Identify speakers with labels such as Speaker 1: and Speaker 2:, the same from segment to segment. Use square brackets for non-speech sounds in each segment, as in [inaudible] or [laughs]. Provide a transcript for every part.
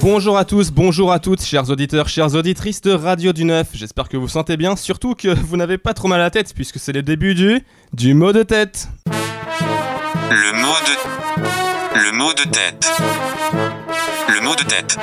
Speaker 1: Bonjour à tous, bonjour à toutes, chers auditeurs, chères auditrices de Radio du Neuf. J'espère que vous sentez bien, surtout que vous n'avez pas trop mal à la tête puisque c'est le début du du mot de tête.
Speaker 2: Le mot de... Le mot de tête. Le mot de tête.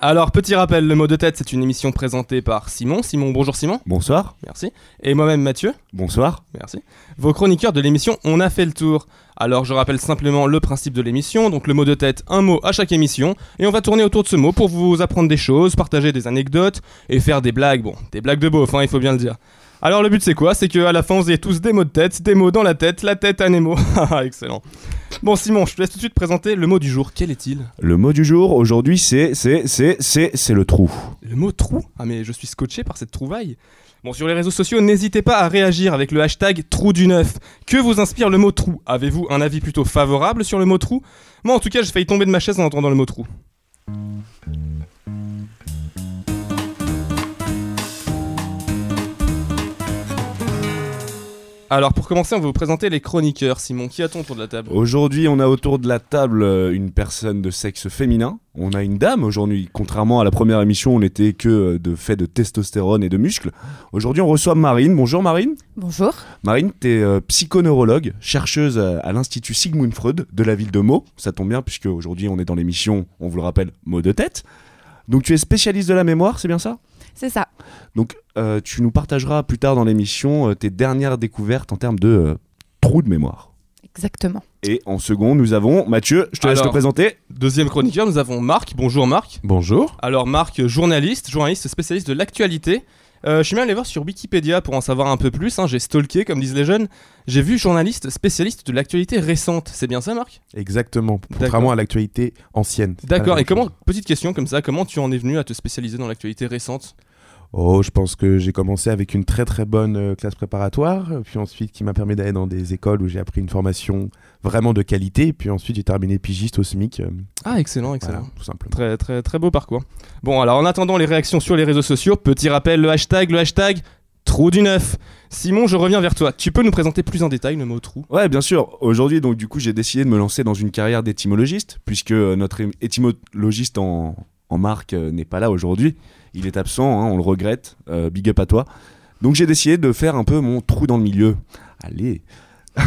Speaker 1: Alors petit rappel, le mot de tête, c'est une émission présentée par Simon. Simon, bonjour Simon.
Speaker 3: Bonsoir.
Speaker 1: Merci. Et moi-même Mathieu.
Speaker 3: Bonsoir.
Speaker 1: Merci. Vos chroniqueurs de l'émission On a fait le tour. Alors je rappelle simplement le principe de l'émission, donc le mot de tête, un mot à chaque émission, et on va tourner autour de ce mot pour vous apprendre des choses, partager des anecdotes et faire des blagues, bon, des blagues de beauf, hein, il faut bien le dire. Alors le but c'est quoi C'est qu'à la fin vous ayez tous des mots de tête, des mots dans la tête, la tête à Nemo. [laughs] Haha, Excellent. Bon Simon, je te laisse tout de suite présenter le mot du jour. Quel est-il
Speaker 3: Le mot du jour aujourd'hui c'est c'est c'est c'est c'est le trou.
Speaker 1: Le mot trou Ah mais je suis scotché par cette trouvaille. Bon, sur les réseaux sociaux, n'hésitez pas à réagir avec le hashtag trou du neuf. Que vous inspire le mot trou Avez-vous un avis plutôt favorable sur le mot trou Moi en tout cas, j'ai failli tomber de ma chaise en entendant le mot trou. Alors pour commencer, on va vous présenter les chroniqueurs. Simon, qui a-t-on autour de la table
Speaker 3: Oh. Aujourd'hui on a autour de la table euh, une personne de sexe féminin. On a une dame aujourd'hui. Contrairement à la première émission on n'était que euh, de fait de testostérone et de muscles. Aujourd'hui on reçoit Marine. Bonjour Marine.
Speaker 4: Bonjour.
Speaker 3: Marine, t'es euh, psychoneurologue, chercheuse à, à l'Institut Sigmund Freud de la ville de Meaux. Ça tombe bien puisque aujourd'hui on est dans l'émission, on vous le rappelle, mots de tête. Donc tu es spécialiste de la mémoire, c'est bien ça
Speaker 4: C'est ça.
Speaker 3: Donc, euh, tu nous partageras plus tard dans l'émission euh, tes dernières découvertes en termes de euh, trous de mémoire.
Speaker 4: Exactement.
Speaker 3: Et en second, nous avons Mathieu, je te laisse te
Speaker 1: Alors.
Speaker 3: présenter.
Speaker 1: Deuxième chroniqueur, nous avons Marc. Bonjour Marc.
Speaker 5: Bonjour.
Speaker 1: Alors Marc, euh, journaliste, journaliste spécialiste de l'actualité. Euh, je suis même allé voir sur Wikipédia pour en savoir un peu plus. hein, J'ai stalké, comme disent les jeunes. J'ai vu journaliste spécialiste de l'actualité récente. C'est bien ça, Marc
Speaker 5: Exactement.
Speaker 1: D'accord.
Speaker 5: Contrairement à l'actualité ancienne. C'est pas la
Speaker 1: D'accord.
Speaker 5: même
Speaker 1: Et comment
Speaker 5: chose.
Speaker 1: Petite question comme ça. Comment tu en es venu à te spécialiser dans l'actualité récente
Speaker 5: Oh, je pense que j'ai commencé avec une très très bonne euh, classe préparatoire, euh, puis ensuite qui m'a permis d'aller dans des écoles où j'ai appris une formation vraiment de qualité, et puis ensuite j'ai terminé pigiste au SMIC. euh,
Speaker 1: Ah, excellent, excellent.
Speaker 5: voilà, tout simplement.
Speaker 1: Très, très, très beau parcours. Bon, alors en attendant les réactions sur les réseaux sociaux, petit rappel, le hashtag, le hashtag trou du neuf. Simon, je reviens vers toi. Tu peux nous présenter plus en détail le mot trou
Speaker 3: Ouais, bien sûr. Aujourd'hui, donc, du coup, j'ai décidé de me lancer dans une carrière d'étymologiste, puisque euh, notre é- étymologiste en, en marque euh, n'est pas là aujourd'hui. Il est absent, hein, on le regrette. Euh, big up à toi. Donc, j'ai décidé de faire un peu mon trou dans le milieu. Allez. [laughs]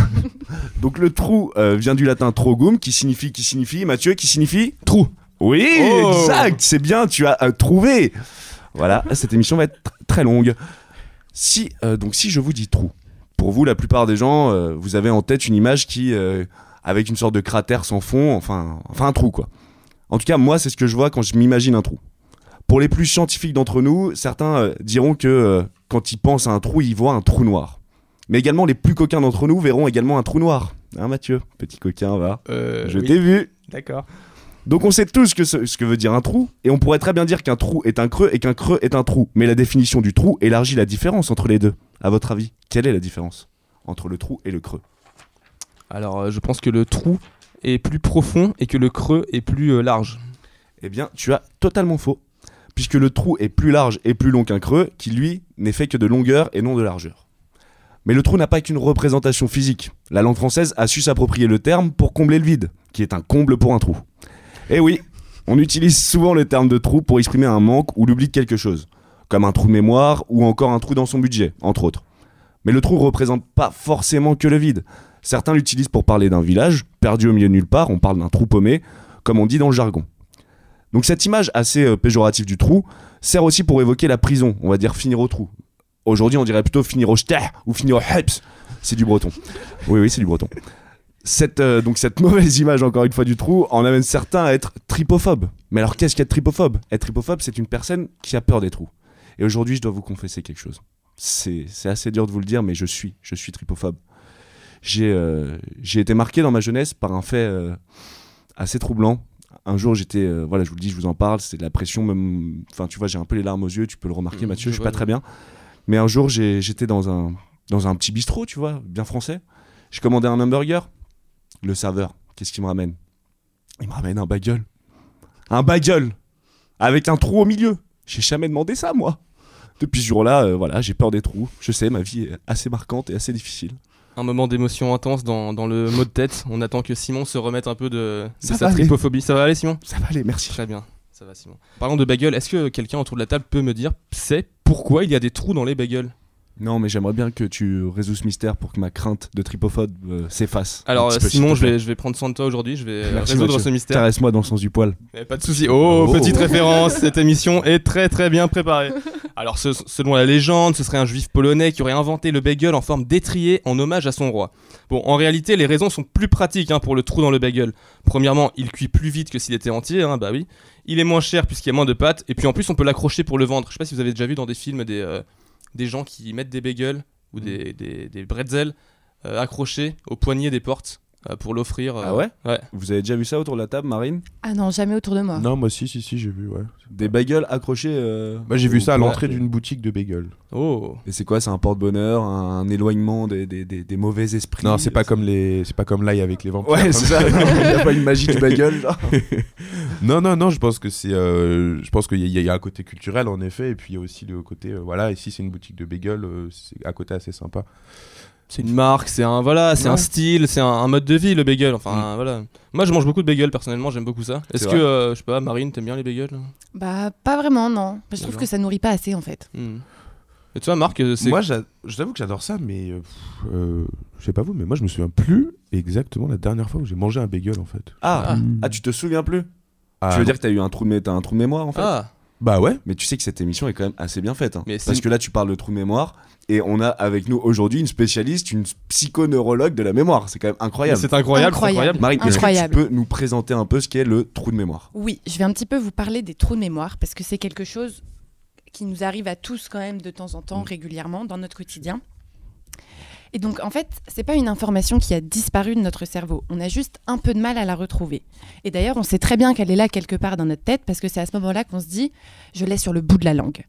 Speaker 3: donc, le trou euh, vient du latin trogum, qui signifie, qui signifie, Mathieu, qui signifie
Speaker 1: Trou.
Speaker 3: Oui,
Speaker 1: Oh.
Speaker 3: exact, c'est bien, tu as euh, trouvé. Voilà, cette émission va être tr- très longue. Si, euh, donc si je vous dis trou, pour vous, la plupart des gens, euh, vous avez en tête une image qui, euh, avec une sorte de cratère sans fond, enfin, enfin un trou quoi. En tout cas, moi, c'est ce que je vois quand je m'imagine un trou. Pour les plus scientifiques d'entre nous, certains euh, diront que euh, quand ils pensent à un trou, ils voient un trou noir. Mais également, les plus coquins d'entre nous verront également un trou noir. Hein, Mathieu Petit coquin, va. je t'ai vu.
Speaker 1: Euh, D'accord.
Speaker 3: Donc on sait tous ce que ce, ce que veut dire un trou, et on pourrait très bien dire qu'un trou est un creux et qu'un creux est un trou. Mais la définition du trou élargit la différence entre les deux. À votre avis, quelle est la différence entre le trou et le creux
Speaker 1: Alors, euh, je pense que le trou est plus profond et que le creux est plus euh, large.
Speaker 3: Eh bien, tu as totalement faux, puisque le trou est plus large et plus long qu'un creux, qui lui n'est fait que de longueur et non de largeur. Mais le trou n'a pas qu'une représentation physique. La langue française a su s'approprier le terme pour combler le vide, qui est un comble pour un trou. Eh oui, on utilise souvent le terme de trou pour exprimer un manque ou l'oubli de quelque chose, comme un trou de mémoire ou encore un trou dans son budget, entre autres. Mais le trou représente pas forcément que le vide. Certains l'utilisent pour parler d'un village, perdu au milieu de nulle part, on parle d'un trou paumé, comme on dit dans le jargon. Donc cette image assez euh, péjorative du trou sert aussi pour évoquer la prison, on va dire finir au trou. Aujourd'hui, on dirait plutôt finir au ch'teh ou finir au heps. C'est du breton. Oui, oui, c'est du breton. Cette, euh, donc cette [laughs] mauvaise image, encore une fois, du trou en amène certains à être tripophobe. Mais alors, qu'est-ce qu'être tripophobe Être tripophobe, c'est une personne qui a peur des trous. Et aujourd'hui, je dois vous confesser quelque chose. C'est c'est assez dur de vous le dire, mais je suis, je suis tripophobe. J'ai euh, j'ai été marqué dans ma jeunesse par un fait euh, assez troublant un jour j'étais euh, voilà je vous le dis je vous en parle c'est de la pression même enfin tu vois j'ai un peu les larmes aux yeux tu peux le remarquer
Speaker 1: Mhm,
Speaker 3: Mathieu
Speaker 1: je
Speaker 3: je suis
Speaker 1: vois
Speaker 3: pas très bien mais un jour j'ai- j'étais dans un dans un petit bistrot tu vois bien français j'ai commandé un hamburger le serveur qu'est-ce qu'il me ramène il me ramène un bagel un bagel avec un trou au milieu j'ai jamais demandé ça moi depuis ce jour-là euh, voilà j'ai peur des trous je sais ma vie est assez marquante et assez difficile
Speaker 1: Un moment d'émotion intense dans, dans le mot de tête. On attend que Simon se remette un peu de, de
Speaker 5: Ça
Speaker 1: sa
Speaker 5: va aller.
Speaker 1: tripophobie. Ça va aller, Simon
Speaker 5: Ça va aller, merci.
Speaker 1: Très bien. Ça va, Simon. Parlons de bagels. Est-ce que quelqu'un autour de la table peut me dire, c'est pourquoi il y a des trous dans les bagels
Speaker 3: Non, mais j'aimerais bien que tu résous ce mystère pour que ma crainte de tripophobe euh, s'efface.
Speaker 1: Alors,
Speaker 3: Un petit peu, s'il
Speaker 1: Simon,
Speaker 3: te
Speaker 1: je
Speaker 3: plaît.
Speaker 1: vais, je vais prendre soin de toi aujourd'hui. Je vais euh,
Speaker 3: Merci,
Speaker 1: résoudre
Speaker 3: Mathieu.
Speaker 1: ce mystère.
Speaker 3: Caresse-moi dans le sens du poil.
Speaker 1: Eh, Pas de souci. Oh,
Speaker 5: Oh.
Speaker 1: petite référence, cette émission est très très bien préparée. Alors, ce- selon la légende, ce serait un juif polonais qui aurait inventé le bagel en forme d'étrier en hommage à son roi. Bon, en réalité, les raisons sont plus pratiques hein, pour le trou dans le bagel. Premièrement, il cuit plus vite que s'il était entier, hein, bah oui. Il est moins cher puisqu'il y a moins de pâtes, et puis en plus, on peut l'accrocher pour le vendre. Je sais pas si vous avez déjà vu dans des films des, euh, des gens qui mettent des bagels ou des, des, des bretzels euh, accrochés aux poignées des portes euh, pour l'offrir. euh,
Speaker 3: Ah
Speaker 1: Ouais.
Speaker 3: Vous avez déjà vu ça autour de la table, Marine
Speaker 4: Ah non, jamais autour de moi.
Speaker 5: Non, moi, si, si, si, j'ai vu, ouais.
Speaker 3: Des bagels accrochés. euh,
Speaker 5: Moi, j'ai vu
Speaker 3: au-
Speaker 5: ça à l'entrée
Speaker 3: Ouais.
Speaker 5: d'une boutique de bagels.
Speaker 1: Oh!
Speaker 3: Et c'est quoi C'est un porte-bonheur, un, un éloignement des, des- des- des mauvais esprits
Speaker 5: Non, c'est pas comme les, c'est pas comme l'ail avec les vampires.
Speaker 3: [laughs] Ouais, c'est ça. [laughs] Il a pas une magie du bagel, genre.
Speaker 5: Non, non, non, je pense que c'est. euh, je pense qu'il y, a- il y a un côté culturel, en effet, et puis il y a aussi le côté. euh, voilà, ici, c'est une boutique de bagels, euh, c'est à côté assez sympa.
Speaker 1: C'est une marque, c'est un voilà, c'est
Speaker 5: Ouais.
Speaker 1: un style, c'est un, un mode de vie le bagel. Enfin
Speaker 4: Mm.
Speaker 1: voilà. Moi je mange beaucoup de bagels personnellement, j'aime beaucoup ça. Est-ce
Speaker 3: C'est
Speaker 1: que
Speaker 3: vrai.
Speaker 1: euh, je sais pas, Marine, t'aimes bien les bagels
Speaker 4: Bah, pas vraiment, non. Bah, Je trouve
Speaker 1: D'accord.
Speaker 4: que ça nourrit pas assez en fait.
Speaker 1: Hmm. Et toi Marc, euh, c'est
Speaker 5: Moi, j'a- je t'avoue que j'adore ça, mais. euh, pff, euh, je sais pas vous, mais moi, je me souviens plus exactement la dernière fois où j'ai mangé un bagel, en fait.
Speaker 3: Ah,
Speaker 1: Ah.
Speaker 3: ah, tu te souviens plus
Speaker 5: Ah,
Speaker 3: Tu veux dire que t'as eu un trou de, mé- t'as un trou de mémoire en fait
Speaker 1: ah
Speaker 5: Bah ouais.
Speaker 3: Mais tu sais que cette émission est quand même assez bien faite. hein.
Speaker 1: Mais c'est-
Speaker 3: Parce que là, tu parles de trou de mémoire. Et on a avec nous aujourd'hui une spécialiste, une psychoneurologue de la mémoire. C'est quand même incroyable.
Speaker 1: c'est incroyable, c'est incroyable.
Speaker 3: Marine, est-ce que tu
Speaker 4: Incroyable.
Speaker 3: peux nous présenter un peu ce qu'est le trou de mémoire
Speaker 4: Oui, je vais un petit peu vous parler des trous de mémoire parce que c'est quelque chose qui nous arrive à tous quand même de temps en temps, régulièrement, dans notre quotidien. Et donc, en fait, c'est pas une information qui a disparu de notre cerveau. On a juste un peu de mal à la retrouver. Et d'ailleurs, on sait très bien qu'elle est là quelque part dans notre tête parce que c'est à ce moment-là qu'on se dit, je l'ai sur le bout de la langue.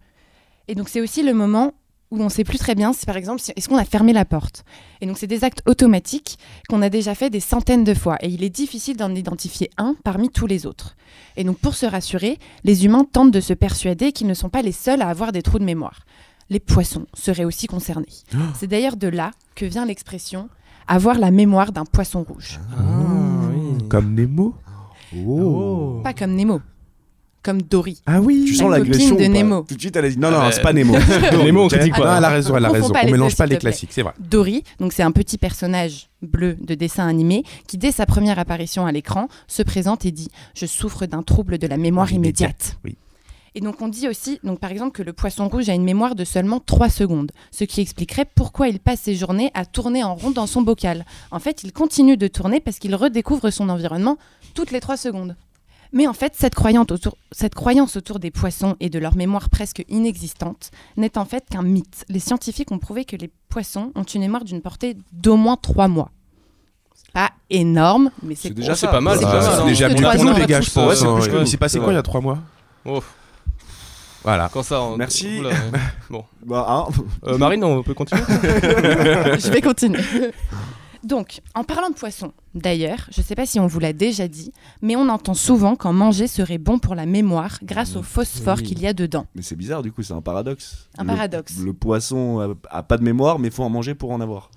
Speaker 4: Et donc, c'est aussi le moment où on sait plus très bien, c'est par exemple, si- est-ce qu'on a fermé la porte Et donc, c'est des actes automatiques qu'on a déjà fait des centaines de fois. Et il est difficile d'en identifier un parmi tous les autres. Et donc pour se rassurer, les humains tentent de se persuader qu'ils ne sont pas les seuls à avoir des trous de mémoire. Les poissons seraient aussi concernés. C'est d'ailleurs de là que vient l'expression avoir la mémoire d'un poisson rouge.
Speaker 1: Ah, oui.
Speaker 5: Comme Nemo.
Speaker 1: Oh.
Speaker 4: Pas comme Nemo, comme Dory.
Speaker 5: Ah oui.
Speaker 3: Tu
Speaker 4: La
Speaker 3: sens
Speaker 4: copine
Speaker 3: l'agression
Speaker 4: de
Speaker 3: ou pas
Speaker 4: Nemo.
Speaker 3: Tout de suite, elle a dit non, non,
Speaker 1: Ah,
Speaker 3: c'est
Speaker 1: bah,
Speaker 3: pas Nemo.
Speaker 1: [laughs] Nemo, on
Speaker 3: Ok.
Speaker 1: critique
Speaker 5: Non,
Speaker 1: pas.
Speaker 5: elle a raison, elle a
Speaker 4: Confonds
Speaker 5: raison.
Speaker 4: pas
Speaker 5: On
Speaker 4: les
Speaker 5: mélange
Speaker 4: deux,
Speaker 5: pas
Speaker 4: s'il
Speaker 5: les
Speaker 4: te plaît.
Speaker 5: classiques, c'est vrai.
Speaker 4: Dory, donc c'est un petit personnage bleu de dessin animé qui dès sa première apparition à l'écran se présente et dit "Je souffre d'un trouble de la mémoire immédiate."
Speaker 5: oui.
Speaker 4: Et donc on dit aussi donc par exemple que le poisson rouge a une mémoire de seulement 3 secondes, ce qui expliquerait pourquoi il passe ses journées à tourner en rond dans son bocal. En fait, il continue de tourner parce qu'il redécouvre son environnement toutes les 3 secondes. Mais en fait, cette croyance, autour, cette croyance autour des poissons et de leur mémoire presque inexistante n'est en fait qu'un mythe. Les scientifiques ont prouvé que les poissons ont une mémoire d'une portée d'au moins 3 mois. C'est pas énorme, mais c'est
Speaker 3: C'est déjà
Speaker 1: c'est
Speaker 3: ça.
Speaker 1: pas mal,
Speaker 4: c'est
Speaker 5: Ah,
Speaker 4: pas
Speaker 5: c'est
Speaker 4: mal. hein.
Speaker 5: déjà
Speaker 4: Que
Speaker 5: bien
Speaker 4: trois
Speaker 5: pour
Speaker 4: ans,
Speaker 5: nous,
Speaker 4: on
Speaker 5: les
Speaker 4: va
Speaker 5: gars,
Speaker 4: tous,
Speaker 5: je pense.
Speaker 1: euh,
Speaker 5: hein.
Speaker 1: c'est plus que
Speaker 5: Il s'est passé
Speaker 3: nous.
Speaker 5: quoi il y a trois mois
Speaker 1: Oh,
Speaker 5: Voilà.
Speaker 1: quand ça. on-
Speaker 3: Merci.
Speaker 1: Oula.
Speaker 3: Bah, hein.
Speaker 1: Euh, Marine, on peut continuer
Speaker 4: euh, [laughs] Je vais continuer. Donc, en parlant de poisson, d'ailleurs, je ne sais pas si on vous l'a déjà dit, mais on entend souvent qu'en manger serait bon pour la mémoire grâce au phosphore
Speaker 1: oui.
Speaker 4: qu'il y a dedans.
Speaker 3: Mais c'est bizarre, du coup, c'est un paradoxe.
Speaker 4: Un
Speaker 3: Le-
Speaker 4: paradoxe.
Speaker 3: Le poisson a, a pas de mémoire, mais faut en manger pour en avoir.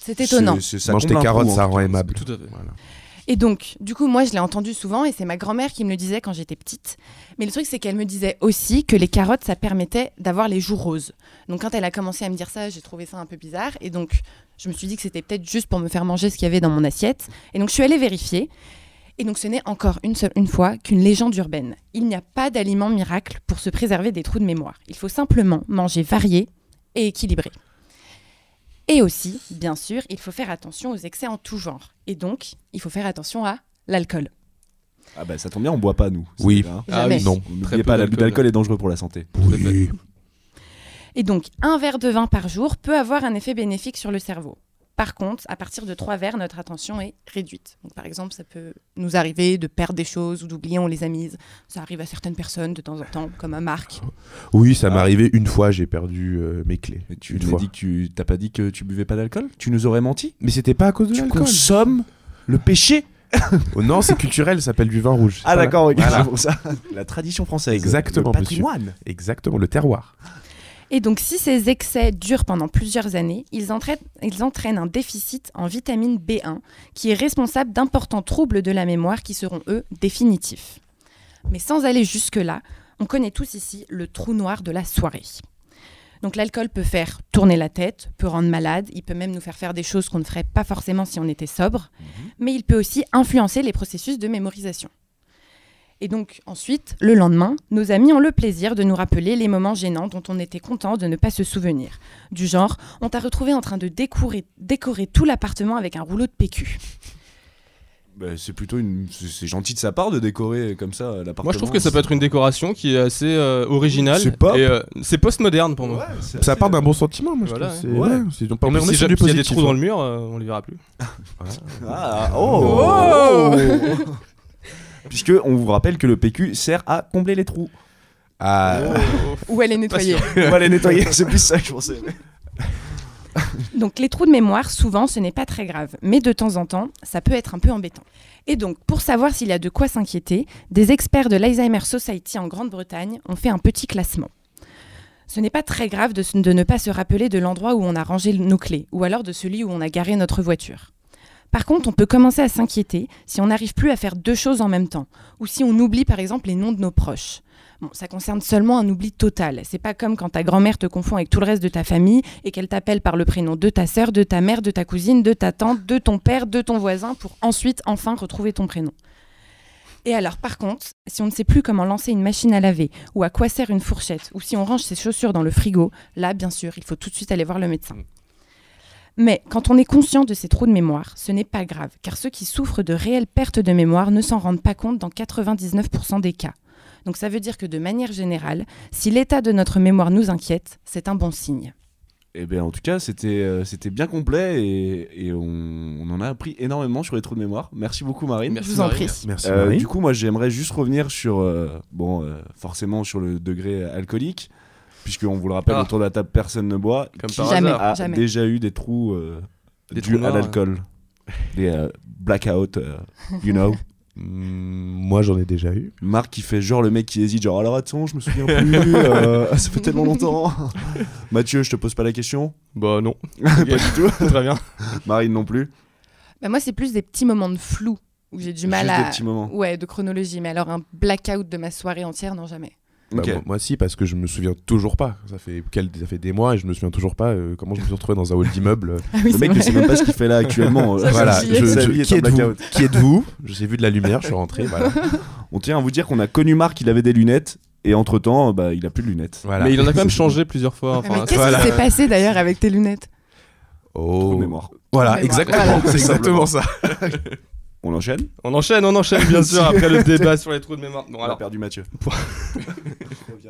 Speaker 4: C'est étonnant.
Speaker 3: C'est- c'est- ça
Speaker 5: Mange
Speaker 3: comble
Speaker 5: tes
Speaker 3: un hein.
Speaker 5: carottes,
Speaker 3: trou,
Speaker 5: ça
Speaker 3: en
Speaker 5: rend
Speaker 3: fait.
Speaker 5: aimable.
Speaker 1: Tout à fait.
Speaker 5: Voilà.
Speaker 4: Et donc, du coup, moi, je l'ai entendu souvent et c'est ma grand-mère qui me le disait quand j'étais petite. Mais le truc, c'est qu'elle me disait aussi que les carottes, ça permettait d'avoir les joues roses. Donc, quand elle a commencé à me dire ça, j'ai trouvé ça un peu bizarre. Et donc, je me suis dit que c'était peut-être juste pour me faire manger ce qu'il y avait dans mon assiette. Et donc, je suis allée vérifier. Et donc, ce n'est encore une seule une fois qu'une légende urbaine. Il n'y a pas d'aliment miracle pour se préserver des trous de mémoire. Il faut simplement manger varié et équilibré. Et aussi, bien sûr, il faut faire attention aux excès en tout genre. Et donc, il faut faire attention à l'alcool.
Speaker 3: Ah bah ça tombe bien, on boit pas nous. C'est
Speaker 5: Oui.
Speaker 3: bien, hein.
Speaker 1: Ah
Speaker 4: Jamais.
Speaker 1: oui,
Speaker 5: Non.
Speaker 1: Très peu
Speaker 3: N'oubliez pas, l'abus
Speaker 1: d'alcool.
Speaker 3: d'alcool est dangereux pour la santé.
Speaker 1: Tout à fait.
Speaker 4: Et donc, un verre de vin par jour peut avoir un effet bénéfique sur le cerveau. Par contre, à partir de trois verres, notre attention est réduite. Donc, par exemple, ça peut nous arriver de perdre des choses ou d'oublier, on les a mises. Ça arrive à certaines personnes de temps en temps, comme à Marc.
Speaker 5: Oui, ça m'est
Speaker 3: Ah.
Speaker 5: arrivé une fois, j'ai perdu euh, mes clés.
Speaker 3: Mais tu
Speaker 5: Une
Speaker 3: nous as
Speaker 5: fois.
Speaker 3: dit que tu t'as pas dit que tu buvais pas d'alcool Tu nous aurais menti
Speaker 5: Mais c'était pas à cause de
Speaker 3: Tu
Speaker 5: l'alcool.
Speaker 3: consommes le péché
Speaker 5: Oh non, c'est culturel, ça s'appelle du vin rouge.
Speaker 3: Ah
Speaker 5: Voilà.
Speaker 3: d'accord, ok,
Speaker 5: Voilà.
Speaker 3: c'est pour ça. La tradition française.
Speaker 5: Exactement,
Speaker 3: Le patrimoine.
Speaker 5: Exactement, le terroir.
Speaker 4: Et donc, si ces excès durent pendant plusieurs années, ils entraînent, ils entraînent un déficit en vitamine B1 qui est responsable d'importants troubles de la mémoire qui seront, eux, définitifs. Mais sans aller jusque-là, on connaît tous ici le trou noir de la soirée. Donc l'alcool peut faire tourner la tête, peut rendre malade, il peut même nous faire faire des choses qu'on ne ferait pas forcément si on était sobre, mais il peut aussi influencer les processus de mémorisation. Et donc ensuite, le lendemain, nos amis ont le plaisir de nous rappeler les moments gênants dont on était content de ne pas se souvenir. Du genre, on t'a retrouvé en train de décourer- décorer tout l'appartement avec un rouleau de PQ.
Speaker 3: Bah, c'est plutôt une. C'est c'est gentil de sa part de décorer comme ça euh, l'appartement.
Speaker 1: Moi, je trouve que ça peut être une décoration qui est assez euh, originale.
Speaker 3: C'est pop.
Speaker 1: Et, euh, c'est postmoderne pour moi.
Speaker 5: Ça part d'un bon sentiment, moi. je
Speaker 1: Voilà,
Speaker 5: trouve,
Speaker 1: ouais.
Speaker 5: c'est-
Speaker 3: Ouais.
Speaker 5: ouais, c'est- on peut-
Speaker 1: Et
Speaker 5: on
Speaker 1: puis,
Speaker 5: est
Speaker 1: si
Speaker 5: sur
Speaker 1: jamais
Speaker 5: du
Speaker 1: il y a des
Speaker 5: positif,
Speaker 1: trous dans
Speaker 5: hein.
Speaker 1: le mur, euh, on les verra plus.
Speaker 3: Ah, oh, Puisque on vous rappelle que le PQ sert à combler les trous.
Speaker 5: Ah,
Speaker 1: Oh,
Speaker 4: Ou elle est nettoyée.
Speaker 3: On va les nettoyer, c'est plus ça que je pensais.
Speaker 4: Donc les trous de mémoire, souvent, ce n'est pas très grave, mais de temps en temps, ça peut être un peu embêtant. Et donc, pour savoir s'il y a de quoi s'inquiéter, des experts de l'Alzheimer Society en Grande-Bretagne ont fait un petit classement. Ce n'est pas très grave de, se- de ne pas se rappeler de l'endroit où on a rangé nos clés, ou alors de celui où on a garé notre voiture. Par contre, on peut commencer à s'inquiéter si on n'arrive plus à faire deux choses en même temps, ou si on oublie par exemple les noms de nos proches. Bon, ça concerne seulement un oubli total. C'est pas comme quand ta grand-mère te confond avec tout le reste de ta famille et qu'elle t'appelle par le prénom de ta sœur, de ta mère, de ta cousine, de ta tante, de ton père, de ton voisin pour ensuite enfin retrouver ton prénom. Et alors, par contre, si on ne sait plus comment lancer une machine à laver ou à quoi sert une fourchette ou si on range ses chaussures dans le frigo, là, bien sûr, il faut tout de suite aller voir le médecin. Mais quand on est conscient de ces trous de mémoire, ce n'est pas grave, car ceux qui souffrent de réelles pertes de mémoire ne s'en rendent pas compte dans 99% des cas. Donc ça veut dire que de manière générale, si l'état de notre mémoire nous inquiète, c'est un bon signe.
Speaker 3: Et bien Eh ben, en tout cas, c'était euh, c'était bien complet et, et on, on en a appris énormément sur les trous de mémoire. Merci beaucoup Marine.
Speaker 1: Merci,
Speaker 4: je vous en
Speaker 1: Marine.
Speaker 4: prie.
Speaker 5: Merci.
Speaker 3: Euh,
Speaker 5: Marie.
Speaker 3: du coup, moi, j'aimerais juste revenir sur, euh, bon, euh, forcément sur le degré alcoolique, puisque on vous le rappelle
Speaker 1: Ah.
Speaker 3: autour de la table, personne ne boit.
Speaker 1: Comme
Speaker 3: Qui
Speaker 1: par
Speaker 4: Jamais.
Speaker 1: hasard.
Speaker 3: a
Speaker 4: jamais.
Speaker 3: déjà eu des trous euh,
Speaker 1: Des
Speaker 3: dus
Speaker 1: trous
Speaker 3: à
Speaker 1: noirs, hein.
Speaker 3: l'alcool, des euh, blackouts, euh, you
Speaker 4: [laughs]
Speaker 3: know.
Speaker 5: Mm, Moi, j'en ai déjà eu.
Speaker 3: Marc qui fait genre le mec qui hésite, genre alors attends, je me souviens plus, euh, [laughs] ah, ça fait tellement
Speaker 4: [laughs]
Speaker 3: longtemps. Mathieu, je te pose pas la question,
Speaker 1: Bah non,
Speaker 3: pas du tout.
Speaker 1: très bien.
Speaker 3: Marine non plus.
Speaker 4: Bah, moi, c'est plus des petits moments de flou où j'ai du mal
Speaker 3: Juste
Speaker 4: à.
Speaker 3: des petits moments.
Speaker 4: Ouais, de chronologie, mais alors un blackout de ma soirée entière, non jamais.
Speaker 5: Bah,
Speaker 3: Ok.
Speaker 5: moi, moi, si, parce que je me souviens toujours pas. Ça fait, quel- ça fait des mois et je me souviens toujours pas euh, comment je me suis retrouvé dans un hall d'immeuble.
Speaker 4: [laughs] Ah oui,
Speaker 3: Le mec ne sait même pas ce qu'il fait là actuellement. euh.
Speaker 4: Ça,
Speaker 5: voilà,
Speaker 4: je-
Speaker 5: je,
Speaker 3: Bah, Sa
Speaker 5: je-
Speaker 3: vie est
Speaker 5: qui
Speaker 3: un
Speaker 5: êtes-vous
Speaker 3: blackout.
Speaker 5: [laughs] Qui êtes-vous J'ai vu de la lumière, je suis rentré. Voilà.
Speaker 3: On tient à vous dire qu'on a connu Marc, il avait des lunettes, et entre temps, bah, il a plus de lunettes.
Speaker 5: Voilà.
Speaker 1: Mais il en a quand même changé plusieurs fois.
Speaker 4: mais
Speaker 1: Enfin,
Speaker 4: qu'est-ce
Speaker 5: voilà.
Speaker 4: qui s'est passé d'ailleurs avec tes lunettes
Speaker 5: Oh.
Speaker 3: Trop de mémoire.
Speaker 5: Voilà,
Speaker 4: Mémoire.
Speaker 5: exactement.
Speaker 4: Voilà.
Speaker 5: C'est exactement ça.
Speaker 3: On enchaîne
Speaker 1: on enchaîne, on enchaîne bien sûr après le débat sur les trous de mémoire. Bon
Speaker 3: On a
Speaker 1: alors,
Speaker 3: perdu Mathieu.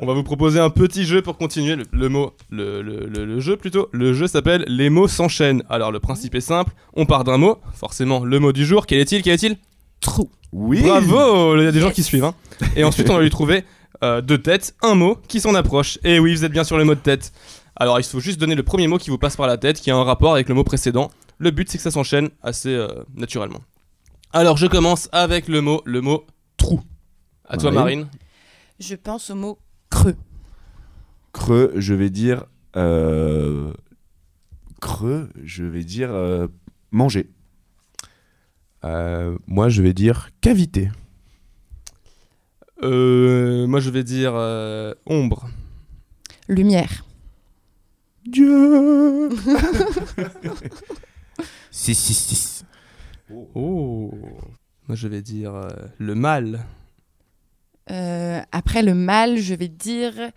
Speaker 1: on va vous proposer un petit jeu pour continuer le, le mot, le, le- le- le jeu plutôt. Le jeu s'appelle Les mots s'enchaînent. Alors le principe est simple, on part d'un mot, forcément le mot du jour. Quel est-il Quel est-il
Speaker 4: Trou.
Speaker 3: Oui
Speaker 1: Bravo Il y a des gens
Speaker 4: Yes.
Speaker 1: qui suivent. hein. Et ensuite, on va lui trouver euh, de tête un mot qui s'en approche. Et oui, vous êtes bien sur le mot de tête. Alors, il faut juste donner le premier mot qui vous passe par la tête, qui a un rapport avec le mot précédent. Le but, c'est que ça s'enchaîne assez euh, naturellement. Alors, je commence avec le mot, le mot trou. À toi,
Speaker 3: Marine.
Speaker 1: Marine.
Speaker 4: Je pense au mot creux.
Speaker 3: Creux, je vais dire. euh, Creux, je vais dire. euh, Manger.
Speaker 5: Euh, moi, je vais dire cavité.
Speaker 1: Euh, moi, je vais dire euh, ombre.
Speaker 4: Lumière.
Speaker 5: Dieu 666.
Speaker 1: Oh. Moi, je vais dire euh, le mal.
Speaker 4: Euh, après le mal, je vais dire euh,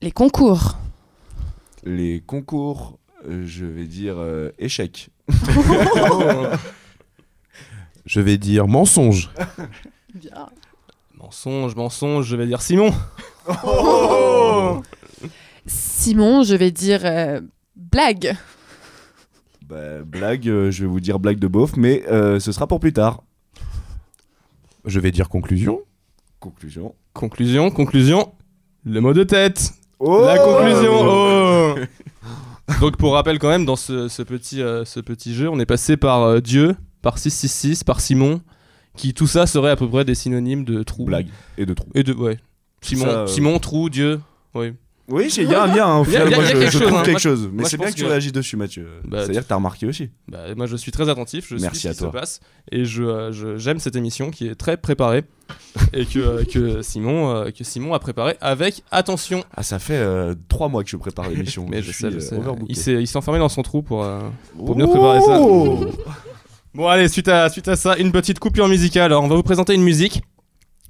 Speaker 4: les concours.
Speaker 3: Les concours, euh, je vais dire. euh, Échec.
Speaker 1: Oh.
Speaker 5: Je vais dire mensonge.
Speaker 4: Bien.
Speaker 1: [laughs] mensonge, mensonge, je vais dire Simon.
Speaker 4: Simon, je vais dire euh, blague.
Speaker 3: Bah, blague, euh, je vais vous dire blague de beauf, mais euh, ce sera pour plus tard.
Speaker 5: Je vais dire conclusion.
Speaker 3: Conclusion.
Speaker 1: Conclusion, conclusion. Le mot de tête.
Speaker 3: Oh
Speaker 1: La
Speaker 3: [laughs]
Speaker 1: conclusion. oh. Donc pour rappel quand même, dans ce, ce petit, euh, ce petit jeu, on est passé par euh, Dieu, par 666, par Simon, qui tout ça serait à peu près des synonymes de trou.
Speaker 3: Blague et de trou.
Speaker 1: Et de... Ouais. Simon,
Speaker 3: Ça, euh,
Speaker 1: Simon trou, Dieu. Oui.
Speaker 3: Oui, j'ai- il y a un lien. hein, au
Speaker 1: Il y a-
Speaker 3: final,
Speaker 1: il y a-
Speaker 3: moi,
Speaker 1: il y a
Speaker 3: je,
Speaker 1: quelque
Speaker 3: je
Speaker 1: chose,
Speaker 3: trouve
Speaker 1: hein.
Speaker 3: quelque
Speaker 1: Moi,
Speaker 3: chose. Mais
Speaker 1: moi,
Speaker 3: c'est
Speaker 1: je
Speaker 3: bien
Speaker 1: pense
Speaker 3: que tu
Speaker 1: que-
Speaker 3: réagis dessus, Mathieu.
Speaker 1: Bah,
Speaker 3: C'est-à-dire que t'as remarqué aussi.
Speaker 1: Bah, moi, je suis très attentif, je
Speaker 3: Merci
Speaker 1: suis ce
Speaker 3: à
Speaker 1: qui
Speaker 3: toi.
Speaker 1: se passe et je, euh, je- j'aime cette émission qui est très préparée [laughs] et que, euh, que Simon, euh, que Simon a préparée avec attention.
Speaker 3: Ah, ça fait euh, trois mois que je prépare [laughs] l'émission.
Speaker 1: Mais je, sais, je
Speaker 3: euh,
Speaker 1: sais.
Speaker 3: overbooké.
Speaker 1: Il s'est, il s'est enfermé dans son trou pour. euh, pour bien
Speaker 3: Oh
Speaker 1: préparer ça. Bon, allez, suite à, suite à ça, une petite coupure musicale. Alors, on va vous présenter une musique.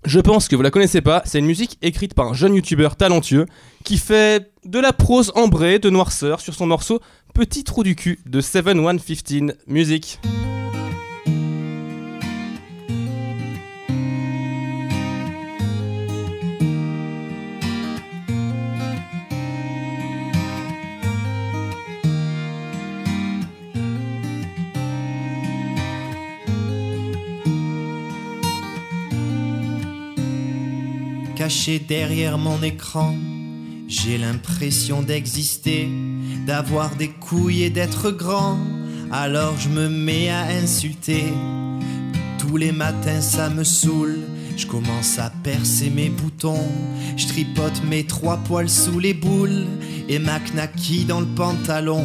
Speaker 1: Je pense que vous la connaissez pas. C'est une musique écrite par un jeune youtubeur talentueux qui fait de la prose ambrée de noirceur sur son morceau Petit trou du cul de 7115. Musique.
Speaker 6: Caché derrière mon écran, j'ai l'impression d'exister, d'avoir des couilles et d'être grand. Alors je me mets à insulter. Tous les matins ça me saoule, je commence à percer mes boutons, je tripote mes trois poils sous les boules et ma knacky dans le pantalon.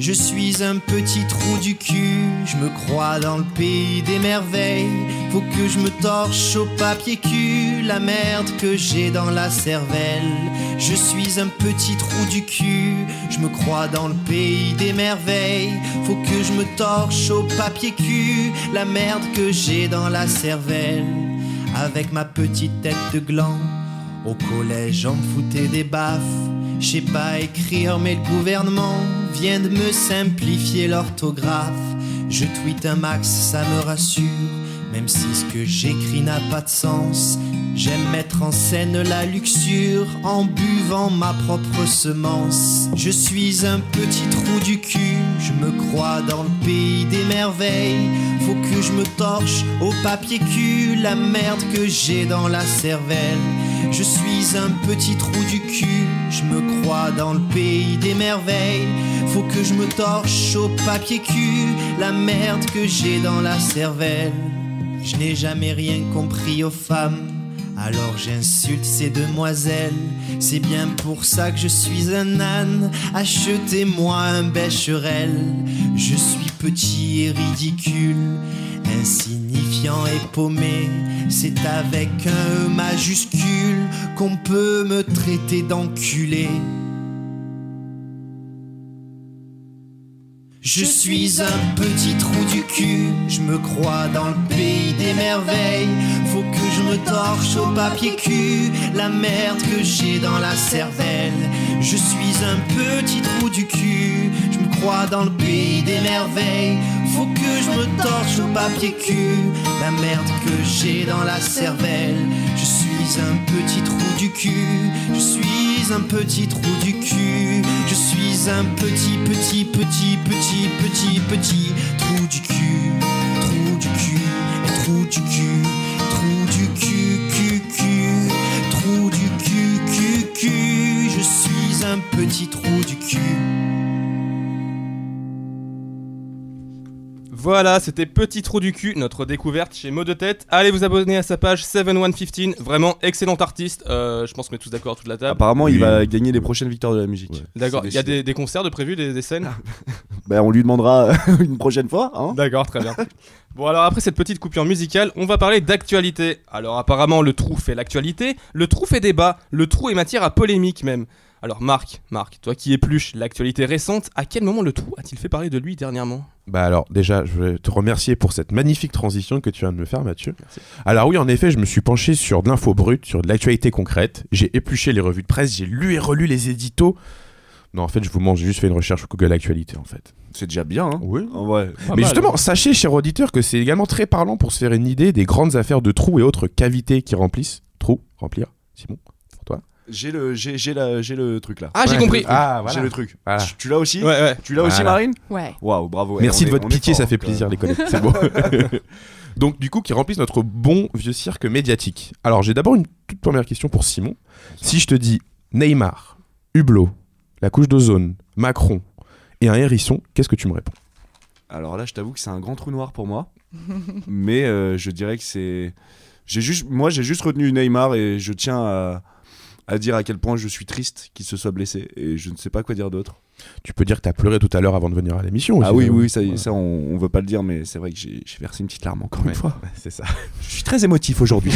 Speaker 6: Je suis un petit trou du cul, je me crois dans le pays des merveilles. Faut que je me torche au papier cul, la merde que j'ai dans la cervelle. Je suis un petit trou du cul, je me crois dans le pays des merveilles. Faut que je me torche au papier cul, la merde que j'ai dans la cervelle. Avec ma petite tête de gland, au collège, on me foutait des baffes. Je sais pas écrire, mais le gouvernement vient de me simplifier l'orthographe. Je tweete un max, ça me rassure, même si ce que j'écris n'a pas de sens. J'aime mettre en scène la luxure en buvant ma propre semence. Je suis un petit trou du cul, je me crois dans le pays des merveilles. Faut que je me torche au papier cul, la merde que j'ai dans la cervelle. Je suis un petit trou du cul, je me crois dans le pays des merveilles. Faut que je me torche au papier cul, la merde que j'ai dans la cervelle. Je n'ai jamais rien compris aux femmes, alors j'insulte ces demoiselles. C'est bien pour ça que je suis un âne, achetez-moi un bécherel. Je suis petit et ridicule. Insignifiant et paumé, c'est avec un E majuscule qu'on peut me traiter d'enculé. Je suis un petit trou du cul, je me crois dans le pays des merveilles. Faut que je me torche au papier cul, la merde que j'ai dans la cervelle. Je suis un petit trou du cul, je me crois dans le pays des merveilles. Faut que je me torche au papier cul, la merde que j'ai dans la cervelle. Je suis un petit trou du cul, je suis un petit trou du cul, je suis un petit petit petit petit petit petit trou du cul, trou du cul, trou du cul, trou du cul, cul, cul, trou du cul, cul, cul, je suis un petit trou du cul.
Speaker 1: Voilà, c'était Petit Trou du cul, notre découverte chez Mot de Tête. Allez vous abonner à sa page 7115, vraiment excellent artiste. Euh, je pense qu'on est tous d'accord autour de la table.
Speaker 3: Apparemment, il
Speaker 5: Oui.
Speaker 3: va gagner les prochaines victoires de la musique.
Speaker 1: D'accord,
Speaker 3: Ah, C'est
Speaker 1: il y a
Speaker 3: décidé.
Speaker 1: des, des concerts de prévus, des, des scènes
Speaker 3: Bah, on lui demandera [laughs] une prochaine fois. Hein
Speaker 1: D'accord, très bien. Bon, alors après cette petite coupure musicale, on va parler d'actualité. Alors apparemment, le trou fait l'actualité, le trou fait débat, le trou est matière à polémique même. Alors Marc, Marc, toi qui épluches l'actualité récente, à quel moment le trou a-t-il fait parler de lui dernièrement
Speaker 5: Bah alors déjà, je voulais te remercier pour cette magnifique transition que tu viens de me faire, Mathieu. Alors oui, en effet, je me suis penché sur de l'info brute, sur de l'actualité concrète. J'ai épluché les revues de presse, j'ai lu et relu les éditos. Non, en fait, je vous mens, j'ai juste fait une recherche sur Google Actualité, en fait.
Speaker 3: C'est déjà bien. Hein
Speaker 5: Oui.
Speaker 3: en vrai.
Speaker 5: Mais justement, sachez, chers auditeurs, que c'est également très parlant pour se faire une idée des grandes affaires de trous et autres cavités qui remplissent. Trous, remplir, Simon.
Speaker 3: J'ai le, j'ai, j'ai la- j'ai le truc là.
Speaker 1: Ah, j'ai
Speaker 5: Ouais.
Speaker 1: compris
Speaker 5: Ah, voilà.
Speaker 3: J'ai le truc.
Speaker 5: Voilà.
Speaker 3: Tu, tu l'as aussi
Speaker 1: Ouais, ouais.
Speaker 3: Tu l'as aussi,
Speaker 5: Voilà.
Speaker 3: Marine
Speaker 4: Ouais.
Speaker 3: Waouh, bravo.
Speaker 5: Merci
Speaker 3: Eh, on
Speaker 5: de
Speaker 3: est-
Speaker 5: votre
Speaker 3: on est
Speaker 5: pitié,
Speaker 3: fort,
Speaker 5: ça fait
Speaker 3: quand
Speaker 5: plaisir, les collègues.
Speaker 3: [laughs]
Speaker 5: C'est beau. [laughs] Donc, du coup, qui remplissent notre bon vieux cirque médiatique. Alors, j'ai d'abord une toute première question pour Simon. Si je te dis Neymar, Hublot, la couche d'ozone, Macron et un hérisson, qu'est-ce que tu me réponds
Speaker 3: Alors là, je t'avoue que c'est un grand trou noir pour moi. [laughs] mais euh, je dirais que c'est. J'ai juste, moi, j'ai juste retenu Neymar et je tiens à, à dire à quel point je suis triste qu'il se soit blessé et je ne sais pas quoi dire d'autre.
Speaker 5: Tu peux dire que t'as pleuré tout à l'heure avant de venir à l'émission aussi.
Speaker 3: Ah oui,
Speaker 5: euh,
Speaker 3: oui, ça,
Speaker 5: voilà.
Speaker 3: ça on, on veut pas le dire, mais c'est vrai que j'ai j'ai versé une petite larme encore
Speaker 5: Ouais,
Speaker 3: une fois.
Speaker 5: ouais, c'est ça.
Speaker 3: Je suis très émotif aujourd'hui.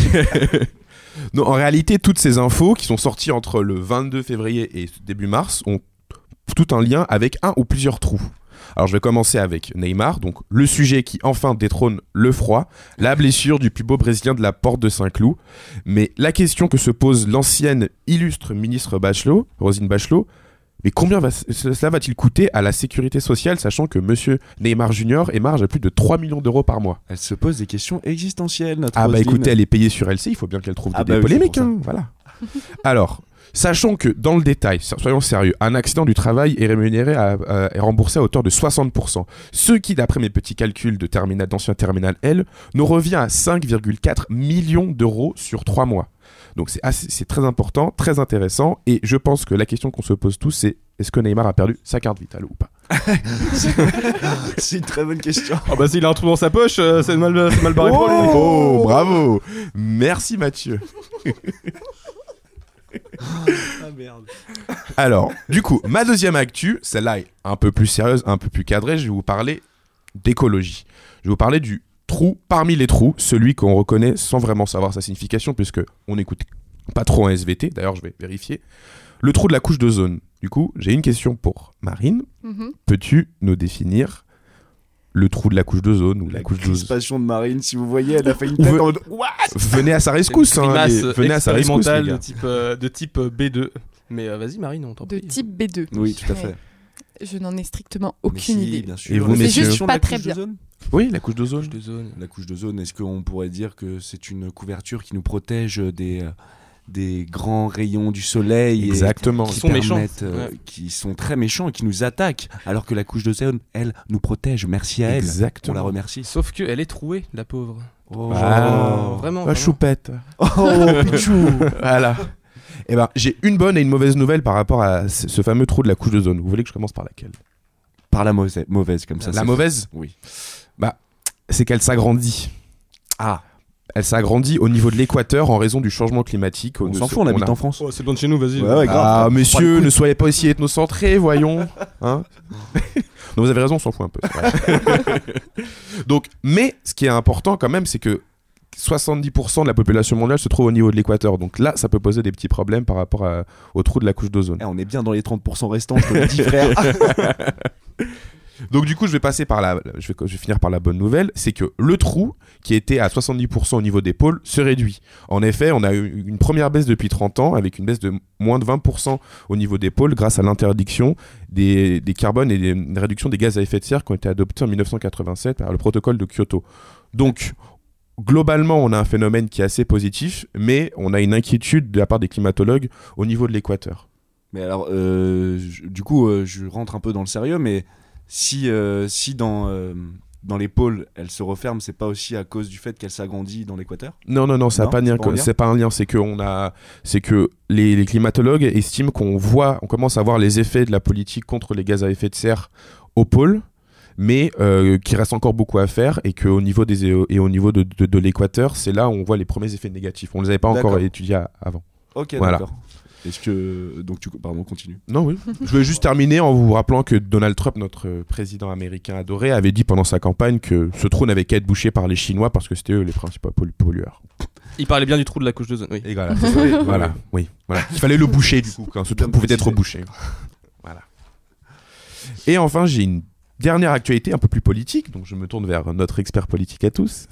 Speaker 5: Non, en réalité, toutes ces infos qui sont sorties entre le 22 février et début mars ont tout un lien avec un ou plusieurs trous. Alors je vais commencer avec Neymar, donc le sujet qui enfin détrône le froid, la blessure du plus beau brésilien de la porte de Saint-Cloud. Mais la question que se pose l'ancienne illustre ministre Bachelot, Rosine Bachelot, mais combien va- cela va-t-il coûter à la sécurité sociale, sachant que monsieur Neymar Junior émarge à plus de 3 millions d'euros par mois
Speaker 3: Elle se pose des questions existentielles, notre
Speaker 5: ah bah
Speaker 3: Roselyne.
Speaker 5: écoutez, elle est payée sur LC, il faut bien qu'elle trouve
Speaker 3: Ah
Speaker 5: des
Speaker 3: bah oui,
Speaker 5: polémiques.
Speaker 3: c'est pour
Speaker 5: hein, voilà. [laughs] Alors, sachons que dans le détail, so- soyons sérieux, un accident du travail est rémunéré à- à- est remboursé à hauteur de 60%, ce qui, d'après mes petits calculs de terminal d'ancien terminal L, nous revient à 5,4 millions d'euros sur 3 mois. Donc c'est assez- c'est très important, très intéressant, et je pense que la question qu'on se pose tous, c'est est-ce que Neymar a perdu sa carte vitale ou pas
Speaker 3: [laughs] C'est une très bonne question.
Speaker 4: [laughs]
Speaker 1: Ah bah s'il a un trou dans sa poche, euh, c'est mal, c'est mal barré pour lui.
Speaker 5: Oh, bravo Merci Mathieu
Speaker 4: Ah,
Speaker 5: Alors, du coup, ma deuxième actu, celle-là est un peu plus sérieuse, un peu plus cadrée, je vais vous parler d'écologie. Je vais vous parler du trou parmi les trous, celui qu'on reconnaît sans vraiment savoir sa signification, puisque on n'écoute pas trop en SVT, d'ailleurs je vais vérifier. Le trou de la couche d'ozone. Du coup, j'ai une question pour Marine.
Speaker 4: Mhm.
Speaker 5: Peux-tu nous définir le trou de la couche d'ozone ou la, couche d'ozone
Speaker 3: Passion de Marine, si vous voyez, elle a fait une
Speaker 5: Ou
Speaker 3: tête
Speaker 5: ve-
Speaker 3: en mode, What
Speaker 5: Venez à sa rescousse, hein,
Speaker 1: Grimace
Speaker 5: les- venez à sa rescousse. les
Speaker 1: expérimentale
Speaker 5: gars.
Speaker 1: de type, euh, de type euh, B2. Mais euh, vas-y Marine, on t'en
Speaker 4: De
Speaker 1: prie.
Speaker 4: type B2.
Speaker 3: Oh, Oui, tout à fait.
Speaker 4: Ouais. Je n'en ai strictement
Speaker 3: Mais
Speaker 4: aucune
Speaker 3: si,
Speaker 4: idée.
Speaker 3: bien sûr.
Speaker 5: Et vous,
Speaker 3: C'est
Speaker 5: messieurs
Speaker 3: juste
Speaker 4: pas
Speaker 3: la
Speaker 4: très
Speaker 3: couche
Speaker 4: bien.
Speaker 3: d'ozone
Speaker 5: Oui, la couche d'ozone.
Speaker 1: de zone.
Speaker 3: La couche d'ozone, est-ce qu'on pourrait dire que c'est une couverture qui nous protège des, euh, des grands rayons du soleil et
Speaker 5: Exactement.
Speaker 1: Qui
Speaker 3: qui
Speaker 1: sont méchants.
Speaker 3: permettent, euh, Qui sont très méchants et qui nous attaquent, alors que la couche d'ozone, elle, nous protège. Merci à elle. On la
Speaker 5: Exactement.
Speaker 3: remercie.
Speaker 1: Sauf que elle est trouée, la pauvre.
Speaker 3: Oh,
Speaker 5: Ah.
Speaker 1: Vraiment.
Speaker 5: La
Speaker 1: vraiment.
Speaker 5: choupette.
Speaker 3: oh Pichou
Speaker 5: Voilà. Eh ben, j'ai une bonne et une mauvaise nouvelle par rapport à ce ce fameux trou de la couche de zone. Vous voulez que je commence par laquelle
Speaker 3: Par la mauvaise, mauvaise comme ça.
Speaker 5: La
Speaker 3: c'est-
Speaker 5: mauvaise
Speaker 3: Oui.
Speaker 5: Bah, c'est qu'elle s'agrandit.
Speaker 3: Ah,
Speaker 5: Elle s'agrandit au niveau de l'équateur en raison du changement climatique.
Speaker 3: on
Speaker 5: Au-
Speaker 3: s'en fout, on habite
Speaker 5: a-
Speaker 3: en France.
Speaker 1: Oh, c'est loin de chez nous, vas-y.
Speaker 3: Ouais, ouais, grave.
Speaker 5: Ah,
Speaker 3: On prend le
Speaker 5: messieurs,
Speaker 3: coup.
Speaker 5: ne soyez pas aussi ethnocentrés, voyons.
Speaker 3: [laughs]
Speaker 5: Hein non, vous avez raison, on s'en fout un peu. c'est vrai. Donc, mais ce qui est important quand même, c'est que 70% de la population mondiale se trouve au niveau de l'équateur. Donc là, ça peut poser des petits problèmes par rapport à- au trou de la couche d'ozone.
Speaker 3: Eh, on est bien dans les 30% restants, je te le [laughs] dis, frère.
Speaker 5: Donc du coup, je vais passer par la, je vais, je vais finir par la bonne nouvelle, c'est que le trou qui était à 70% au niveau des pôles se réduit. En effet, on a eu une première baisse depuis 30 ans avec une baisse de moins de 20% au niveau des pôles grâce à l'interdiction des, des carbones et des, une réduction des gaz à effet de serre qui ont été adoptés en 1987 par le protocole de Kyoto. Donc Globalement, on a un phénomène qui est assez positif, mais on a une inquiétude de la part des climatologues au niveau de l'équateur.
Speaker 3: Mais alors, euh, je- du coup, euh, je rentre un peu dans le sérieux, mais si, euh, si dans, euh, dans les pôles, elle se referme, c'est pas aussi à cause du fait qu'elle s'agrandit dans l'équateur
Speaker 5: Non, non, non, ça n'a
Speaker 3: Non,
Speaker 5: pas de
Speaker 3: c'est
Speaker 5: lien.
Speaker 3: pas en lien
Speaker 5: C'est pas un lien. C'est que on a, c'est que les, les climatologues estiment qu'on voit, on commence à voir les effets de la politique contre les gaz à effet de serre au pôle, mais euh, qu'il reste encore beaucoup à faire et qu'au niveau des et au niveau de, de- de l'équateur, c'est là où on voit les premiers effets négatifs. On les avait pas encore
Speaker 3: D'accord.
Speaker 5: étudiés à- avant.
Speaker 3: Ok,
Speaker 5: Voilà.
Speaker 3: d'accord. Est-ce que. Donc, tu. Pardon, continue.
Speaker 5: Non, oui. Je vais juste terminer en vous rappelant que Donald Trump, notre euh, président américain adoré, avait dit pendant sa campagne que ce trou n'avait qu'à être bouché par les Chinois parce que c'était eux les principaux pollu- pollueurs.
Speaker 1: Il parlait bien du trou de la couche de zone. Oui.
Speaker 5: Et voilà, voilà, oui, voilà. Il fallait le boucher du coup, quand ce trou
Speaker 3: Bien
Speaker 5: pouvait être
Speaker 3: précisé.
Speaker 5: bouché. Voilà. Et enfin, j'ai une dernière actualité un peu plus politique, donc je me tourne vers notre expert politique à tous,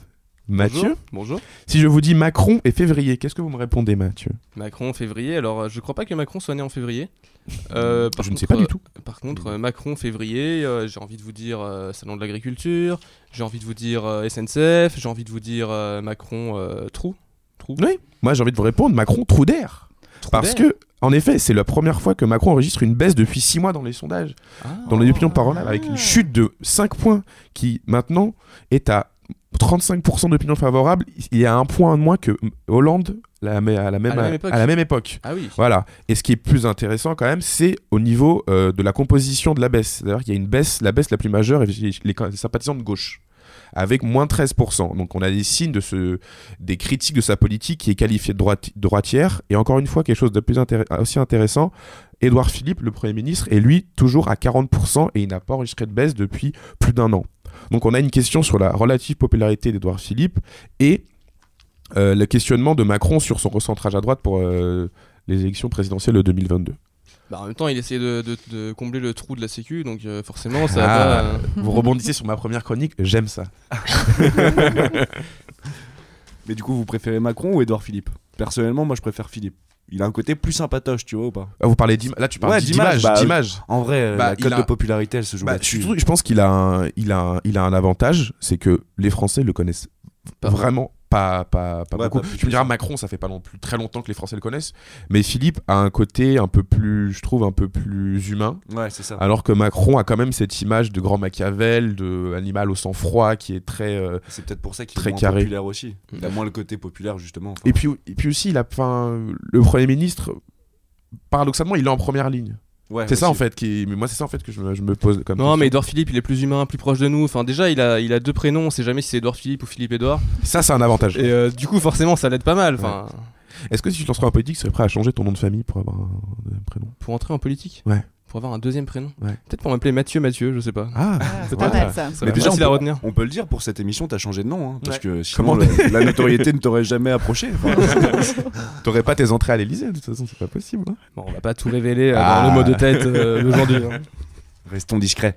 Speaker 5: Mathieu.
Speaker 1: Bonjour.
Speaker 5: Si je vous dis Macron et février, qu'est-ce que vous me répondez, Mathieu
Speaker 1: Macron, février. Alors, euh, je crois pas que Macron soit né en février. Euh, par
Speaker 5: Je ne sais
Speaker 1: contre,
Speaker 5: pas du Mm. tout.
Speaker 1: euh, Par contre, euh, Macron, février, euh, j'ai envie de vous dire euh, Salon de l'agriculture, j'ai envie de vous dire euh, SNCF, j'ai envie de vous dire euh, Macron, euh, trou. Trou.
Speaker 5: Oui, moi j'ai envie de vous répondre Macron trou d'air.
Speaker 1: Trou
Speaker 5: Parce
Speaker 1: d'air.
Speaker 5: que, en effet, c'est la première fois que Macron enregistre une baisse depuis 6 mois dans les sondages.
Speaker 1: Ah.
Speaker 5: dans les opinions paroles avec une chute de 5 points qui maintenant est à 35% d'opinion favorable. Il y a un point de moins que Hollande la- à la même, à la même,
Speaker 1: époque.
Speaker 5: époque.
Speaker 1: Ah oui.
Speaker 5: Voilà. Et ce qui est plus intéressant quand même, c'est au niveau euh, de la composition de la baisse. D'ailleurs, il y a une baisse, la baisse la plus majeure, et les, les sympathisants de gauche. avec moins 13%. Donc on a des signes de ce, des critiques de sa politique qui est qualifiée de droite, droitière. Et encore une fois, quelque chose de plus intér- aussi intéressant, Édouard Philippe, le Premier ministre, est lui toujours à 40% et il n'a pas enregistré de baisse depuis plus d'un an. Donc on a une question sur la relative popularité d'Édouard Philippe et euh, le questionnement de Macron sur son recentrage à droite pour euh, les élections présidentielles de [laughs] 2022.
Speaker 1: Bah, en même temps, il essayait de, de- de combler le trou de la Sécu, donc euh, forcément, ça
Speaker 5: Ah.
Speaker 1: va. euh,
Speaker 5: Vous rebondissez sur ma première chronique, j'aime ça.
Speaker 3: Mais du coup, vous préférez Macron ou Édouard Philippe Personnellement, moi je préfère Philippe. Il a un côté plus sympatoche, tu vois ou pas
Speaker 5: Ah, Vous parlez d'image, là tu parles
Speaker 3: Ouais,
Speaker 5: d'image,
Speaker 3: d'image, bah,
Speaker 5: d'image.
Speaker 3: En vrai, euh,
Speaker 5: Bah,
Speaker 3: la
Speaker 5: il
Speaker 3: cote
Speaker 5: a-
Speaker 3: de popularité, elle se joue
Speaker 5: Bah,
Speaker 3: là-dessus.
Speaker 5: surtout, je pense qu'il a, un, il a, un, il a un avantage, c'est que les Français le connaissent
Speaker 1: Pas.
Speaker 5: vraiment pas, pas, pas
Speaker 3: Ouais,
Speaker 5: beaucoup.
Speaker 3: pas plus
Speaker 5: tu me diras, Macron, ça fait pas non plus très longtemps que les Français le connaissent, mais Philippe a un côté un peu plus, je trouve, un peu plus humain.
Speaker 3: Ouais, c'est ça.
Speaker 5: Alors que Macron a quand même cette image de grand Machiavel, de animal au sang froid, qui est très. euh,
Speaker 3: C'est peut-être pour ça qu'il
Speaker 5: Très
Speaker 3: est moins
Speaker 5: carré.
Speaker 3: populaire aussi. Il a
Speaker 1: Mm.
Speaker 3: moins le côté populaire, justement. enfin.
Speaker 5: Et puis, et puis aussi, il a, enfin, le Premier ministre, paradoxalement, il est en première ligne.
Speaker 3: Ouais,
Speaker 5: C'est ça
Speaker 3: aussi.
Speaker 5: en fait qui. Mais moi, c'est ça en fait que je me, je me pose comme.
Speaker 1: Non, mais
Speaker 5: question.
Speaker 1: Edouard Philippe, il est plus humain, plus proche de nous. Enfin, déjà, il a, il a deux prénoms, on sait jamais si c'est Edouard Philippe ou Philippe Edouard.
Speaker 5: ça, c'est un avantage.
Speaker 1: Et euh, du coup, forcément, ça l'aide pas mal. Enfin,
Speaker 5: Est-ce que si tu te lancerais en politique, tu serais prêt à changer ton nom de famille pour avoir un deuxième prénom
Speaker 1: Pour entrer en politique
Speaker 5: Ouais.
Speaker 1: Pour avoir un deuxième prénom
Speaker 5: Ouais.
Speaker 1: Peut-être pour m'appeler Mathieu, Mathieu, je sais pas.
Speaker 5: Ah.
Speaker 4: Ah, c'est
Speaker 5: Ouais.
Speaker 4: pas mal
Speaker 1: Ça
Speaker 4: ça.
Speaker 1: va
Speaker 3: Mais déjà,
Speaker 1: déjà,
Speaker 3: on
Speaker 1: facile à
Speaker 3: peut-
Speaker 1: retenir.
Speaker 3: On peut le dire, pour cette émission, t'as changé de nom. hein, parce
Speaker 1: Ouais.
Speaker 3: que sinon, le- la notoriété ne t'aurait jamais approché. Enfin,
Speaker 5: T'aurais pas tes entrées à l'Elysée de toute façon, c'est pas possible. hein.
Speaker 1: Bon, on va pas tout révéler euh,
Speaker 5: Ah.
Speaker 1: dans le mot de tête [laughs] euh, d'aujourd'hui. hein.
Speaker 3: Restons discrets.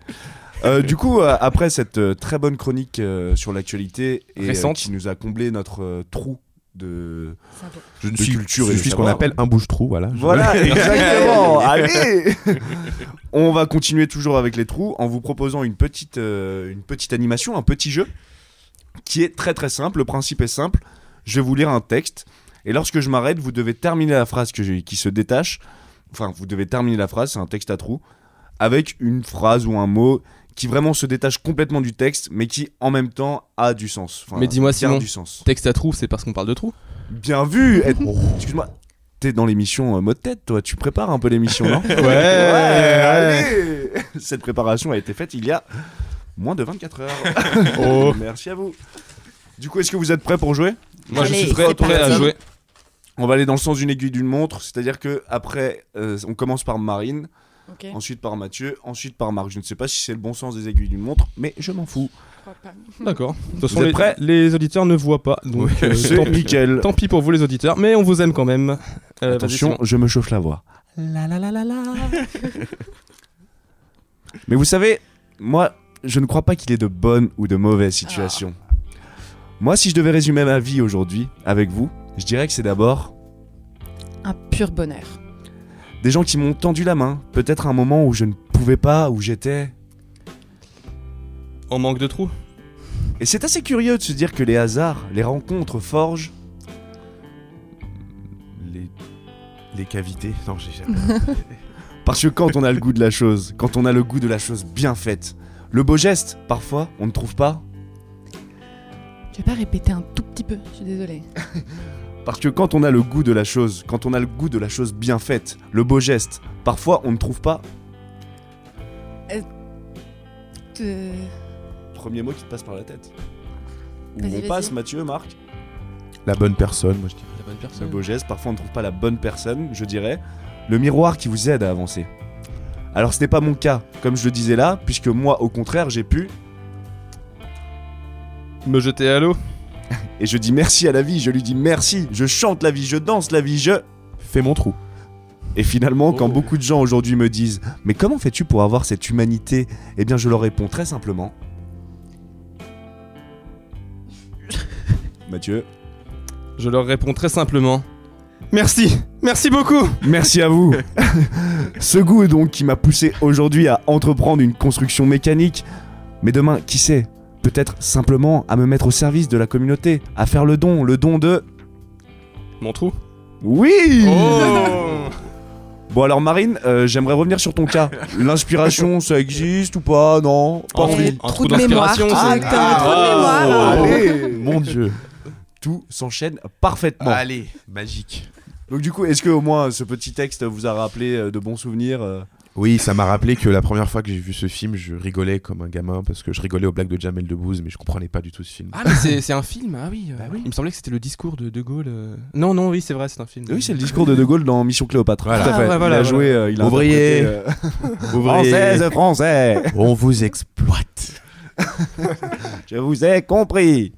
Speaker 3: Euh, du coup, euh, après cette euh, très bonne chronique euh, sur l'actualité et euh,
Speaker 1: Récente.
Speaker 3: qui nous a comblé notre euh, trou de,
Speaker 4: Sympa.
Speaker 5: Je ne
Speaker 3: de culture et
Speaker 5: Je
Speaker 3: de
Speaker 5: suis ce qu'on
Speaker 3: savoir.
Speaker 5: appelle un bouche-trou, voilà. Je-
Speaker 3: Voilà, exactement. Allez, on va continuer toujours avec les trous en vous proposant une petite, euh, une petite animation, un petit jeu qui est très très simple. Le principe est simple. Je vais vous lire un texte et lorsque je m'arrête, vous devez terminer la phrase que j'ai- qui se détache. Enfin, vous devez terminer la phrase. C'est un texte à trous avec une phrase ou un mot qui vraiment se détache complètement du texte, mais qui en même temps a du sens. Enfin,
Speaker 1: Mais dis-moi,
Speaker 3: tient
Speaker 1: Simon.
Speaker 3: du sens.
Speaker 1: Texte à trous, c'est parce qu'on parle de trous.
Speaker 3: Bien vu. Ed- Excuse-moi. T'es dans l'émission euh, mode tête, toi. Tu prépares un peu
Speaker 1: [laughs]
Speaker 3: l'émission, non
Speaker 1: Ouais,
Speaker 3: allez Cette préparation a été faite il y a moins de
Speaker 1: [laughs]
Speaker 3: 24 heures.
Speaker 1: Oh.
Speaker 3: Merci à vous. Du coup, est-ce que vous êtes prêts pour jouer
Speaker 1: Moi, je
Speaker 4: Allez,
Speaker 1: suis prêt,
Speaker 4: c'est
Speaker 1: prêt à
Speaker 4: parti.
Speaker 1: jouer.
Speaker 3: On va aller dans le sens d'une aiguille d'une montre, c'est-à-dire que après, euh, on commence par Marine,
Speaker 4: Ok,
Speaker 3: ensuite par Mathieu, ensuite par Marc. Je ne sais pas si c'est le bon sens des aiguilles d'une montre, mais je m'en fous.
Speaker 4: je crois pas.
Speaker 1: D'accord. De toute façon,
Speaker 3: êtes
Speaker 1: les,
Speaker 3: prêts
Speaker 1: les auditeurs ne voient pas. Donc, euh, tant,
Speaker 3: C'est
Speaker 1: pis,
Speaker 3: nickel.
Speaker 1: tant pis pour vous, les auditeurs, mais on vous aime quand même. Euh,
Speaker 3: Attention,
Speaker 1: vas-y,
Speaker 3: je me chauffe la voix. Mais vous savez, moi, je ne crois pas qu'il est de bonne ou de mauvaise situation. Moi, si je devais résumer ma vie aujourd'hui avec vous, je dirais que c'est d'abord
Speaker 4: Un pur bonheur.
Speaker 3: des gens qui m'ont tendu la main, peut-être un moment où je ne pouvais pas, où j'étais.
Speaker 1: Simon. On manque de trous.
Speaker 3: Et c'est assez curieux de se dire que les hasards, les rencontres forgent.
Speaker 5: Les... les cavités. Non, j'ai
Speaker 3: Parce que quand on a le goût de la chose, quand on a le goût de la chose bien faite, le beau geste, parfois, on ne trouve pas.
Speaker 4: Je vais pas répéter un tout petit peu, je suis désolée.
Speaker 3: Parce que quand on a le goût de la chose, quand on a le goût de la chose bien faite, le beau geste, parfois, on ne trouve pas.
Speaker 4: Euh,
Speaker 3: Premier mot qui te passe par la tête. Où
Speaker 4: Vas-y,
Speaker 3: on
Speaker 4: vas-y.
Speaker 3: passe, Mathieu, Marc
Speaker 5: La bonne personne, moi je dis.
Speaker 1: La bonne
Speaker 3: Le
Speaker 4: Mm.
Speaker 1: personne.
Speaker 3: beau geste, parfois on ne trouve pas la bonne personne, je dirais. Le miroir qui vous aide à avancer. Alors ce n'est pas mon cas, comme je le disais là, puisque moi au contraire j'ai pu,
Speaker 1: Me jeter à l'eau.
Speaker 3: et je dis merci à la vie, je lui dis merci, je chante la vie, je danse la vie, je...
Speaker 5: Fais mon trou.
Speaker 3: Et finalement, quand
Speaker 1: Oh.
Speaker 3: beaucoup de gens aujourd'hui me disent, mais comment fais-tu pour avoir cette humanité Eh bien je leur réponds très simplement... Mathieu,
Speaker 1: Je leur réponds très simplement. Merci, merci beaucoup.
Speaker 3: Merci
Speaker 1: [laughs]
Speaker 3: à vous. Ce goût donc qui m'a poussé aujourd'hui à entreprendre une construction mécanique. Mais demain, qui sait Peut-être simplement à me mettre au service de la communauté, à faire le don, le don de...
Speaker 1: Mon trou.
Speaker 3: Oui
Speaker 1: [laughs] Oh
Speaker 3: Bon alors Marine, euh, j'aimerais revenir sur
Speaker 1: [laughs]
Speaker 3: ton cas. L'inspiration, ça existe ou pas Non Pas
Speaker 1: Un
Speaker 4: envie.
Speaker 1: trou- un
Speaker 4: Trou
Speaker 1: trou
Speaker 4: de mémoire.
Speaker 1: d'inspiration.
Speaker 4: Ah,
Speaker 1: c'est-
Speaker 4: t'as un trou de mémoire,
Speaker 1: oh.
Speaker 3: ah,
Speaker 4: hein.
Speaker 3: Allez.
Speaker 5: Mon dieu.
Speaker 3: Tout s'enchaîne parfaitement.
Speaker 5: Allez, magique.
Speaker 3: Donc du coup, est-ce que au moins ce petit texte vous a rappelé euh, de bons souvenirs euh,
Speaker 5: Oui, ça m'a rappelé que la première fois que j'ai vu ce film, je rigolais comme un gamin parce que je rigolais aux blagues de Jamel Debbouze, mais je comprenais pas du tout ce film.
Speaker 1: Ah, mais c'est- c'est un film, ah oui, euh,
Speaker 5: Bah oui.
Speaker 1: Il me semblait que c'était le discours de De Gaulle. euh. Non, non, oui, c'est vrai, c'est un film. Euh,
Speaker 3: Oui, c'est le discours de De Gaulle dans Mission Cléopâtre.
Speaker 5: Voilà.
Speaker 3: Tout à fait.
Speaker 1: Ah, ouais, voilà,
Speaker 3: il
Speaker 1: voilà.
Speaker 3: a joué, euh, il a
Speaker 5: Ouvrier.
Speaker 3: interprété,
Speaker 5: Vous
Speaker 3: euh, [laughs] Française, français,
Speaker 5: on vous exploite.
Speaker 3: [laughs] je vous ai compris.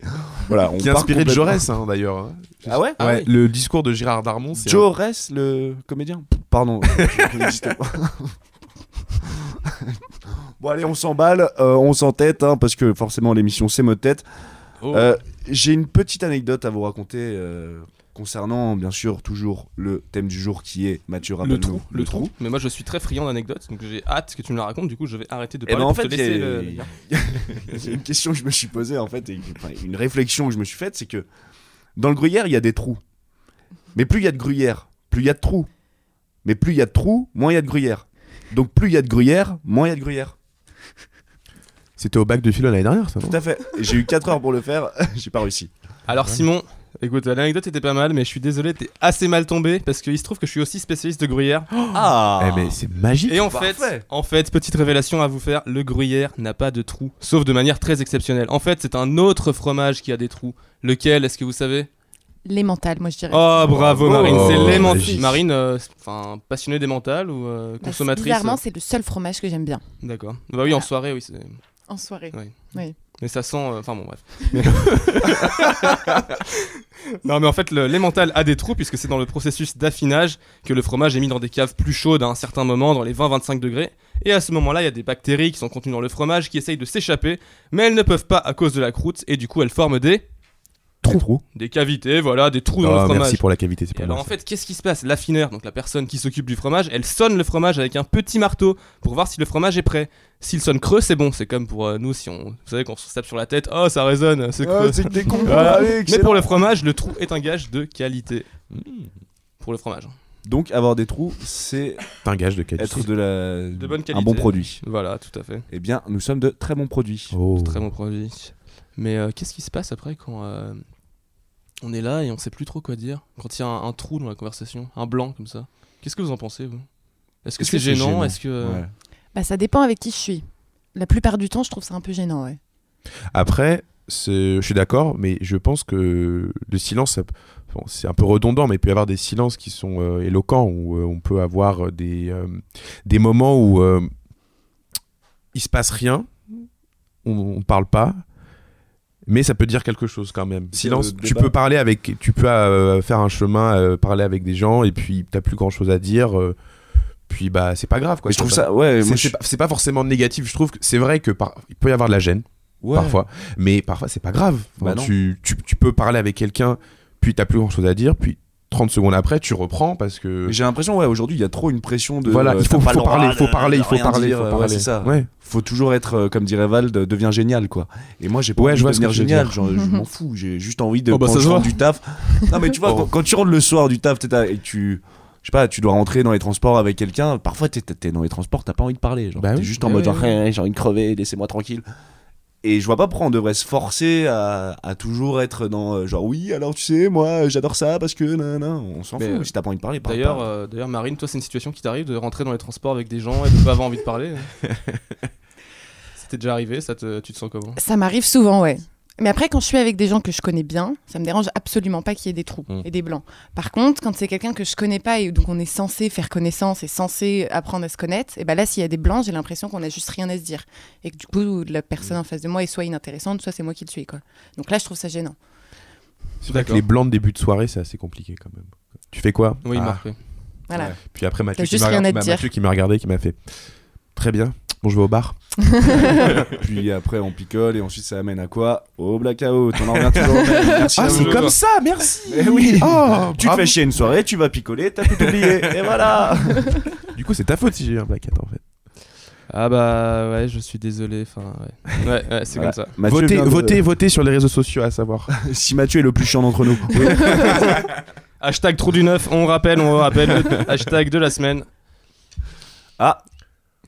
Speaker 3: Voilà, on
Speaker 5: Qui est
Speaker 3: part
Speaker 5: inspiré de
Speaker 3: complètement-
Speaker 5: Jaurès, hein, d'ailleurs. hein.
Speaker 3: Ah ouais
Speaker 1: Ah
Speaker 5: ouais,
Speaker 1: oui.
Speaker 5: le discours de Gérard Darmon, c'est. un-
Speaker 3: Jaurès, le comédien. Pardon. euh,
Speaker 1: [laughs]
Speaker 3: je n'existe pas. bon allez, on s'emballe, euh, on s'entête, hein, parce que forcément l'émission c'est mot de tête.
Speaker 1: Oh.
Speaker 3: Euh, J'ai une petite anecdote à vous raconter euh, concernant, bien sûr, toujours le thème du jour qui est Mathieu
Speaker 1: le
Speaker 3: rappelle-nous
Speaker 1: trou, le trou. Mais moi, je suis très friand d'anecdotes, donc j'ai hâte que tu me la racontes. Du coup, je vais arrêter de
Speaker 3: Eh
Speaker 1: parler
Speaker 3: ben en
Speaker 1: pour
Speaker 3: fait,
Speaker 1: te
Speaker 3: il y a-
Speaker 1: laisser le- le.
Speaker 3: il y a une question que je me suis posée en fait, et enfin, une réflexion que je me suis faite, c'est que dans le gruyère, il y a des trous. Mais plus il y a de gruyère, plus il y a de trous. Mais plus il y a de trous, moins il y a de gruyère. Donc plus il y a de gruyère, moins il y a de gruyère.
Speaker 5: C'était au bac de philo l'année dernière, ça. non
Speaker 3: Tout à fait. Et J'ai eu 4 heures pour le faire, [laughs] j'ai pas réussi.
Speaker 1: Alors, Simon, écoute, l'anecdote était pas mal, mais je suis désolé, t'es assez mal tombé parce qu'il se trouve que je suis aussi spécialiste de gruyère.
Speaker 3: Ah
Speaker 5: Eh, mais c'est magique.
Speaker 1: Et en
Speaker 3: Parfait.
Speaker 1: fait, en fait, petite révélation à vous faire, le gruyère n'a pas de trou, sauf de manière très exceptionnelle. En fait, c'est un autre fromage qui a des trous. Lequel, est-ce que vous savez
Speaker 4: Les mentales, moi je dirais.
Speaker 1: Oh, bravo Marine, c'est
Speaker 5: Oh,
Speaker 1: les
Speaker 5: magique.
Speaker 1: mentales. Marine, euh, enfin, passionnée des mentales ou euh,
Speaker 4: Bah,
Speaker 1: consommatrice
Speaker 4: Bizarrement, c'est le seul fromage que j'aime bien.
Speaker 1: D'accord. Bah oui, en soirée, oui. c'est-
Speaker 4: En soirée.
Speaker 1: Mais ça sent. euh, Enfin bon, bref. [laughs] non, mais en fait, le- l'emmental a des trous puisque c'est dans le processus d'affinage que le fromage est mis dans des caves plus chaudes à un certain moment, dans les 20-25 degrés. Et à ce moment-là, il y a des bactéries qui sont contenues dans le fromage qui essayent de s'échapper, mais elles ne peuvent pas à cause de la croûte et du coup, elles forment des,
Speaker 5: Trou.
Speaker 1: des cavités, voilà, des trous dans le
Speaker 5: Oh,
Speaker 1: fromage.
Speaker 5: merci pour la cavité, c'est
Speaker 1: Et
Speaker 5: pour
Speaker 1: alors
Speaker 5: moi.
Speaker 1: en fait, qu'est-ce qui se passe L'affineur, donc la personne qui s'occupe du fromage, elle sonne le fromage avec un petit marteau pour voir si le fromage est prêt. S'il sonne creux, c'est bon. C'est comme pour euh, nous, si on, vous savez, qu'on se tape sur la tête, oh ça résonne, c'est creux.
Speaker 3: c'est que des cons.
Speaker 1: Voilà.
Speaker 3: Allez,
Speaker 1: Mais
Speaker 3: excellent.
Speaker 1: pour le fromage, le trou est un gage de qualité. Pour le fromage.
Speaker 3: Donc avoir des trous, c'est
Speaker 5: C'est un gage de qualité.
Speaker 3: être de la
Speaker 1: De bonne
Speaker 3: un
Speaker 1: qualité.
Speaker 3: bon produit.
Speaker 1: Voilà, tout à fait.
Speaker 3: Eh bien, nous sommes de très bons produits.
Speaker 5: Oh.
Speaker 1: Très bon produit. Mais euh, qu'est-ce qui se passe après quand euh, on est là et on sait plus trop quoi dire Quand il y a un, un trou dans la conversation, un blanc comme ça. Qu'est-ce que vous en pensez, vous Est-ce que
Speaker 3: Est-ce
Speaker 1: c'est
Speaker 3: que c'est
Speaker 1: gênant,
Speaker 3: gênant
Speaker 1: Est-ce que. euh,
Speaker 3: Ouais.
Speaker 4: Bah, ça dépend avec qui je suis. La plupart du temps, je trouve ça un peu gênant, ouais.
Speaker 5: Après, c'est- je suis d'accord, mais je pense que le silence, ça- bon, c'est un peu redondant, mais il peut y avoir des silences qui sont euh, éloquents, où euh, on peut avoir euh, des, euh, des moments où euh, il se passe rien, on ne parle pas. Mais ça peut dire quelque chose quand même.
Speaker 3: C'est
Speaker 5: Silence,
Speaker 3: le
Speaker 5: tu
Speaker 3: débat.
Speaker 5: peux parler avec, tu peux euh, faire un chemin, euh, parler avec des gens, et puis t'as plus grand chose à dire. euh, puis bah c'est pas grave quoi.
Speaker 3: Mais je trouve
Speaker 5: T'as-
Speaker 3: ça, ouais,
Speaker 5: c'est
Speaker 3: moi,
Speaker 5: c'est
Speaker 3: je-
Speaker 5: pas, c'est pas forcément négatif. Je trouve que c'est vrai que par- il peut y avoir de la gêne
Speaker 3: ouais.
Speaker 5: parfois. Mais parfois, c'est pas grave.
Speaker 3: Bah
Speaker 5: Enfin,
Speaker 3: non.
Speaker 5: tu, tu- tu peux parler avec quelqu'un, puis t'as plus grand chose à dire, puis 30 secondes après, tu reprends parce que.
Speaker 3: J'ai l'impression, ouais, aujourd'hui, il y a trop une pression de.
Speaker 5: Voilà,
Speaker 3: euh,
Speaker 5: il faut,
Speaker 3: t'as pas
Speaker 5: faut
Speaker 3: le droit
Speaker 5: parler,
Speaker 3: de-
Speaker 5: il faut parler, il
Speaker 3: de
Speaker 5: faut
Speaker 3: rien
Speaker 5: parler, il
Speaker 3: dire,
Speaker 5: faut
Speaker 3: ouais,
Speaker 5: parler.
Speaker 3: c'est ça.
Speaker 5: Ouais.
Speaker 3: Faut toujours être, euh, comme dirait Vald, euh, devient génial, quoi. Et moi, j'ai pas
Speaker 5: Ouais,
Speaker 3: envie
Speaker 5: je vois
Speaker 3: de
Speaker 5: ce que
Speaker 3: devenir
Speaker 5: tu veux
Speaker 3: génial,
Speaker 5: dire.
Speaker 3: genre,
Speaker 1: [laughs]
Speaker 3: je m'en fous. J'ai juste envie de.
Speaker 1: Oh, bah,
Speaker 3: quand
Speaker 1: ça
Speaker 3: je
Speaker 1: se
Speaker 3: rentre
Speaker 1: voit.
Speaker 3: du taf. [laughs] Non, mais tu vois,
Speaker 5: Oh.
Speaker 3: quand, quand tu rentres le soir du taf, t'es là, et tu. Je sais pas, tu dois rentrer dans les transports avec quelqu'un. Parfois, t'es es dans les transports, t'as pas envie de parler. Genre,
Speaker 5: Bah
Speaker 3: t'es
Speaker 5: oui.
Speaker 3: juste en
Speaker 1: Bah
Speaker 3: mode,
Speaker 1: oui,
Speaker 3: genre, Hey, hey, j'ai envie de crever, laissez-moi tranquille. Et je vois pas pourquoi on devrait se forcer à, à toujours être dans euh, genre oui alors tu sais moi j'adore ça parce que nan, nan. on s'en fout
Speaker 1: Mais, euh,
Speaker 3: si t'as pas envie de parler parle
Speaker 1: D'ailleurs,
Speaker 3: pas.
Speaker 1: euh, d'ailleurs, Marine, toi, c'est une situation qui t'arrive de rentrer dans les transports avec des gens et de pas avoir envie de [laughs] parler. hein C'était déjà arrivé, ça te, tu te sens comment
Speaker 4: Ça m'arrive souvent, ouais. Mais après, quand je suis avec des gens que je connais bien, ça me dérange absolument pas qu'il y ait des trous
Speaker 5: Mm.
Speaker 4: et des blancs. Par contre, quand c'est quelqu'un que je connais pas et donc on est censé faire connaissance et censé apprendre à se connaître, et ben là, s'il y a des blancs, j'ai l'impression qu'on a juste rien à se dire et que du coup, la personne en face de moi est soit inintéressante, soit c'est moi qui le suis, quoi. Donc là, je trouve ça gênant.
Speaker 5: C'est vrai que
Speaker 1: D'accord.
Speaker 5: les blancs de début de soirée, c'est assez compliqué quand même. Tu fais quoi
Speaker 1: Oui,
Speaker 5: Ah.
Speaker 1: Marc. oui.
Speaker 4: Voilà.
Speaker 3: Ouais.
Speaker 5: Puis après, Mathieu
Speaker 4: T'as
Speaker 5: qui
Speaker 4: juste
Speaker 5: m'a
Speaker 4: rien à te
Speaker 5: ma-
Speaker 4: dire.
Speaker 5: Mathieu qui m'a regardé, qui m'a fait Très bien, bon, je vais au bar.
Speaker 3: Puis après, on picole et ensuite, ça amène à quoi Au blackout. On en revient toujours. au
Speaker 5: [laughs]
Speaker 3: même. Merci à
Speaker 5: Ah,
Speaker 3: vous.
Speaker 5: c'est
Speaker 1: je
Speaker 5: comme
Speaker 1: vois.
Speaker 5: ça, merci
Speaker 3: [laughs] Eh oui.
Speaker 5: Oh,
Speaker 3: Tu te
Speaker 5: bravo.
Speaker 3: fais chier une soirée, tu vas picoler, t'as tout oublié. et
Speaker 5: [laughs]
Speaker 3: voilà
Speaker 5: Du coup, c'est ta faute si j'ai eu un plaquette en fait.
Speaker 1: Ah bah ouais, je suis désolé. Enfin, ouais, [laughs] ouais, ouais, c'est
Speaker 3: Voilà.
Speaker 1: comme ça.
Speaker 3: Mathieu
Speaker 5: Votez,
Speaker 3: vient de-
Speaker 5: votez, votez sur les réseaux sociaux, à savoir.
Speaker 3: [laughs] Si Mathieu est le plus chiant d'entre nous.
Speaker 1: Hashtag trou du neuf. On rappelle, on rappelle. [laughs] le hashtag de la semaine.
Speaker 3: Ah.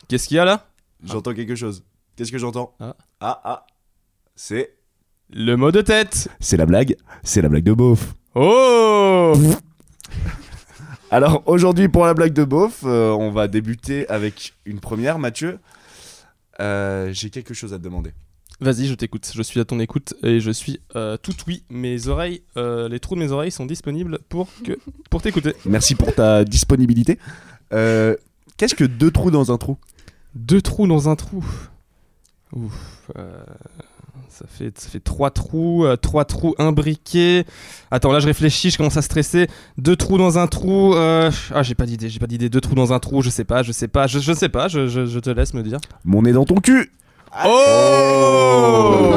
Speaker 1: Qu'est-ce qu'il y a là
Speaker 3: [laughs] J'entends quelque chose. Qu'est-ce que j'entends
Speaker 1: Ah.
Speaker 3: ah, ah. C'est.
Speaker 1: Le mot de tête.
Speaker 3: C'est la blague. C'est la blague de beauf.
Speaker 1: Oh
Speaker 3: Alors aujourd'hui pour la blague de beauf, euh, on va débuter avec une première. Mathieu, euh, j'ai quelque chose à te demander.
Speaker 1: Vas-y, je t'écoute. Je suis à ton écoute et je suis euh, tout oui. Mes oreilles, euh, les trous de mes oreilles sont disponibles pour que pour t'écouter.
Speaker 3: Merci pour ta disponibilité. Euh, Qu'est-ce que deux trous dans un trou
Speaker 1: Deux trous dans un trou. Ouf. euh, ça, fait, ça fait trois trous, euh, trois trous imbriqués. Attends, là je réfléchis, je commence à stresser. Deux trous dans un trou. euh, Ah, j'ai pas d'idée, j'ai pas d'idée. Deux trous dans un trou, je sais pas, je sais pas, je, je sais pas, je, je- je te laisse me dire.
Speaker 3: Mon nez dans ton cul
Speaker 5: Oh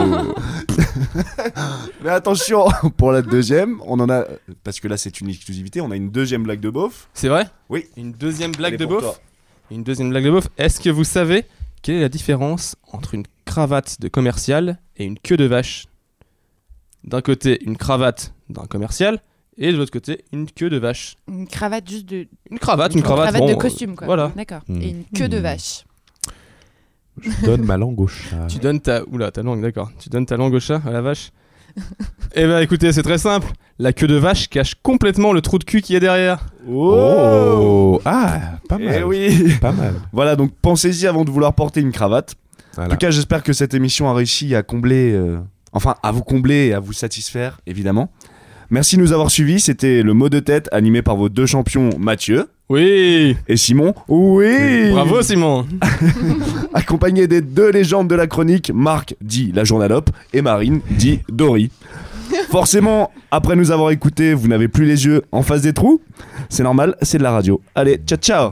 Speaker 3: [laughs] Mais attention, pour la deuxième, on en a. Parce que là, c'est une exclusivité, on a une deuxième blague de beauf.
Speaker 1: C'est vrai
Speaker 3: Oui.
Speaker 1: Une deuxième blague
Speaker 3: Elle
Speaker 1: de
Speaker 3: est pour
Speaker 1: beauf
Speaker 3: toi.
Speaker 1: Une deuxième blague de beauf. Est-ce que vous savez quelle est la différence entre une cravate de commercial et une queue de vache D'un côté, une cravate d'un commercial et de l'autre côté, une queue de vache.
Speaker 4: Une cravate juste de.
Speaker 1: Une cravate, une, cravate,
Speaker 4: de
Speaker 1: bon, euh,
Speaker 4: costume, quoi.
Speaker 1: Voilà.
Speaker 4: D'accord.
Speaker 5: Mm.
Speaker 4: Et une queue de
Speaker 5: Mm.
Speaker 4: vache.
Speaker 5: Je donne ma langue au chat.
Speaker 1: Tu donnes ta oula ta langue d'accord. Tu donnes ta langue au chat à la vache. eh ben écoutez, c'est très simple. La queue de vache cache complètement le trou de cul qui est derrière.
Speaker 5: Oh Ah, pas mal.
Speaker 3: Eh oui
Speaker 5: Pas mal.
Speaker 3: Voilà, donc pensez-y avant de vouloir porter une cravate. En
Speaker 5: Voilà.
Speaker 3: tout cas, j'espère que cette émission a réussi à combler, euh, enfin à vous combler et à vous satisfaire, évidemment. Merci de nous avoir suivis. C'était le mot de tête animé par vos deux champions Mathieu
Speaker 1: Oui.
Speaker 3: et Simon. Oui
Speaker 1: Bravo Simon.
Speaker 3: Accompagné des deux légendes de la chronique, Marc dit la journalope et Marine dit Dory. Forcément, après nous avoir écoutés, vous n'avez plus les yeux en face des trous. C'est normal, c'est de la radio. Allez, ciao ciao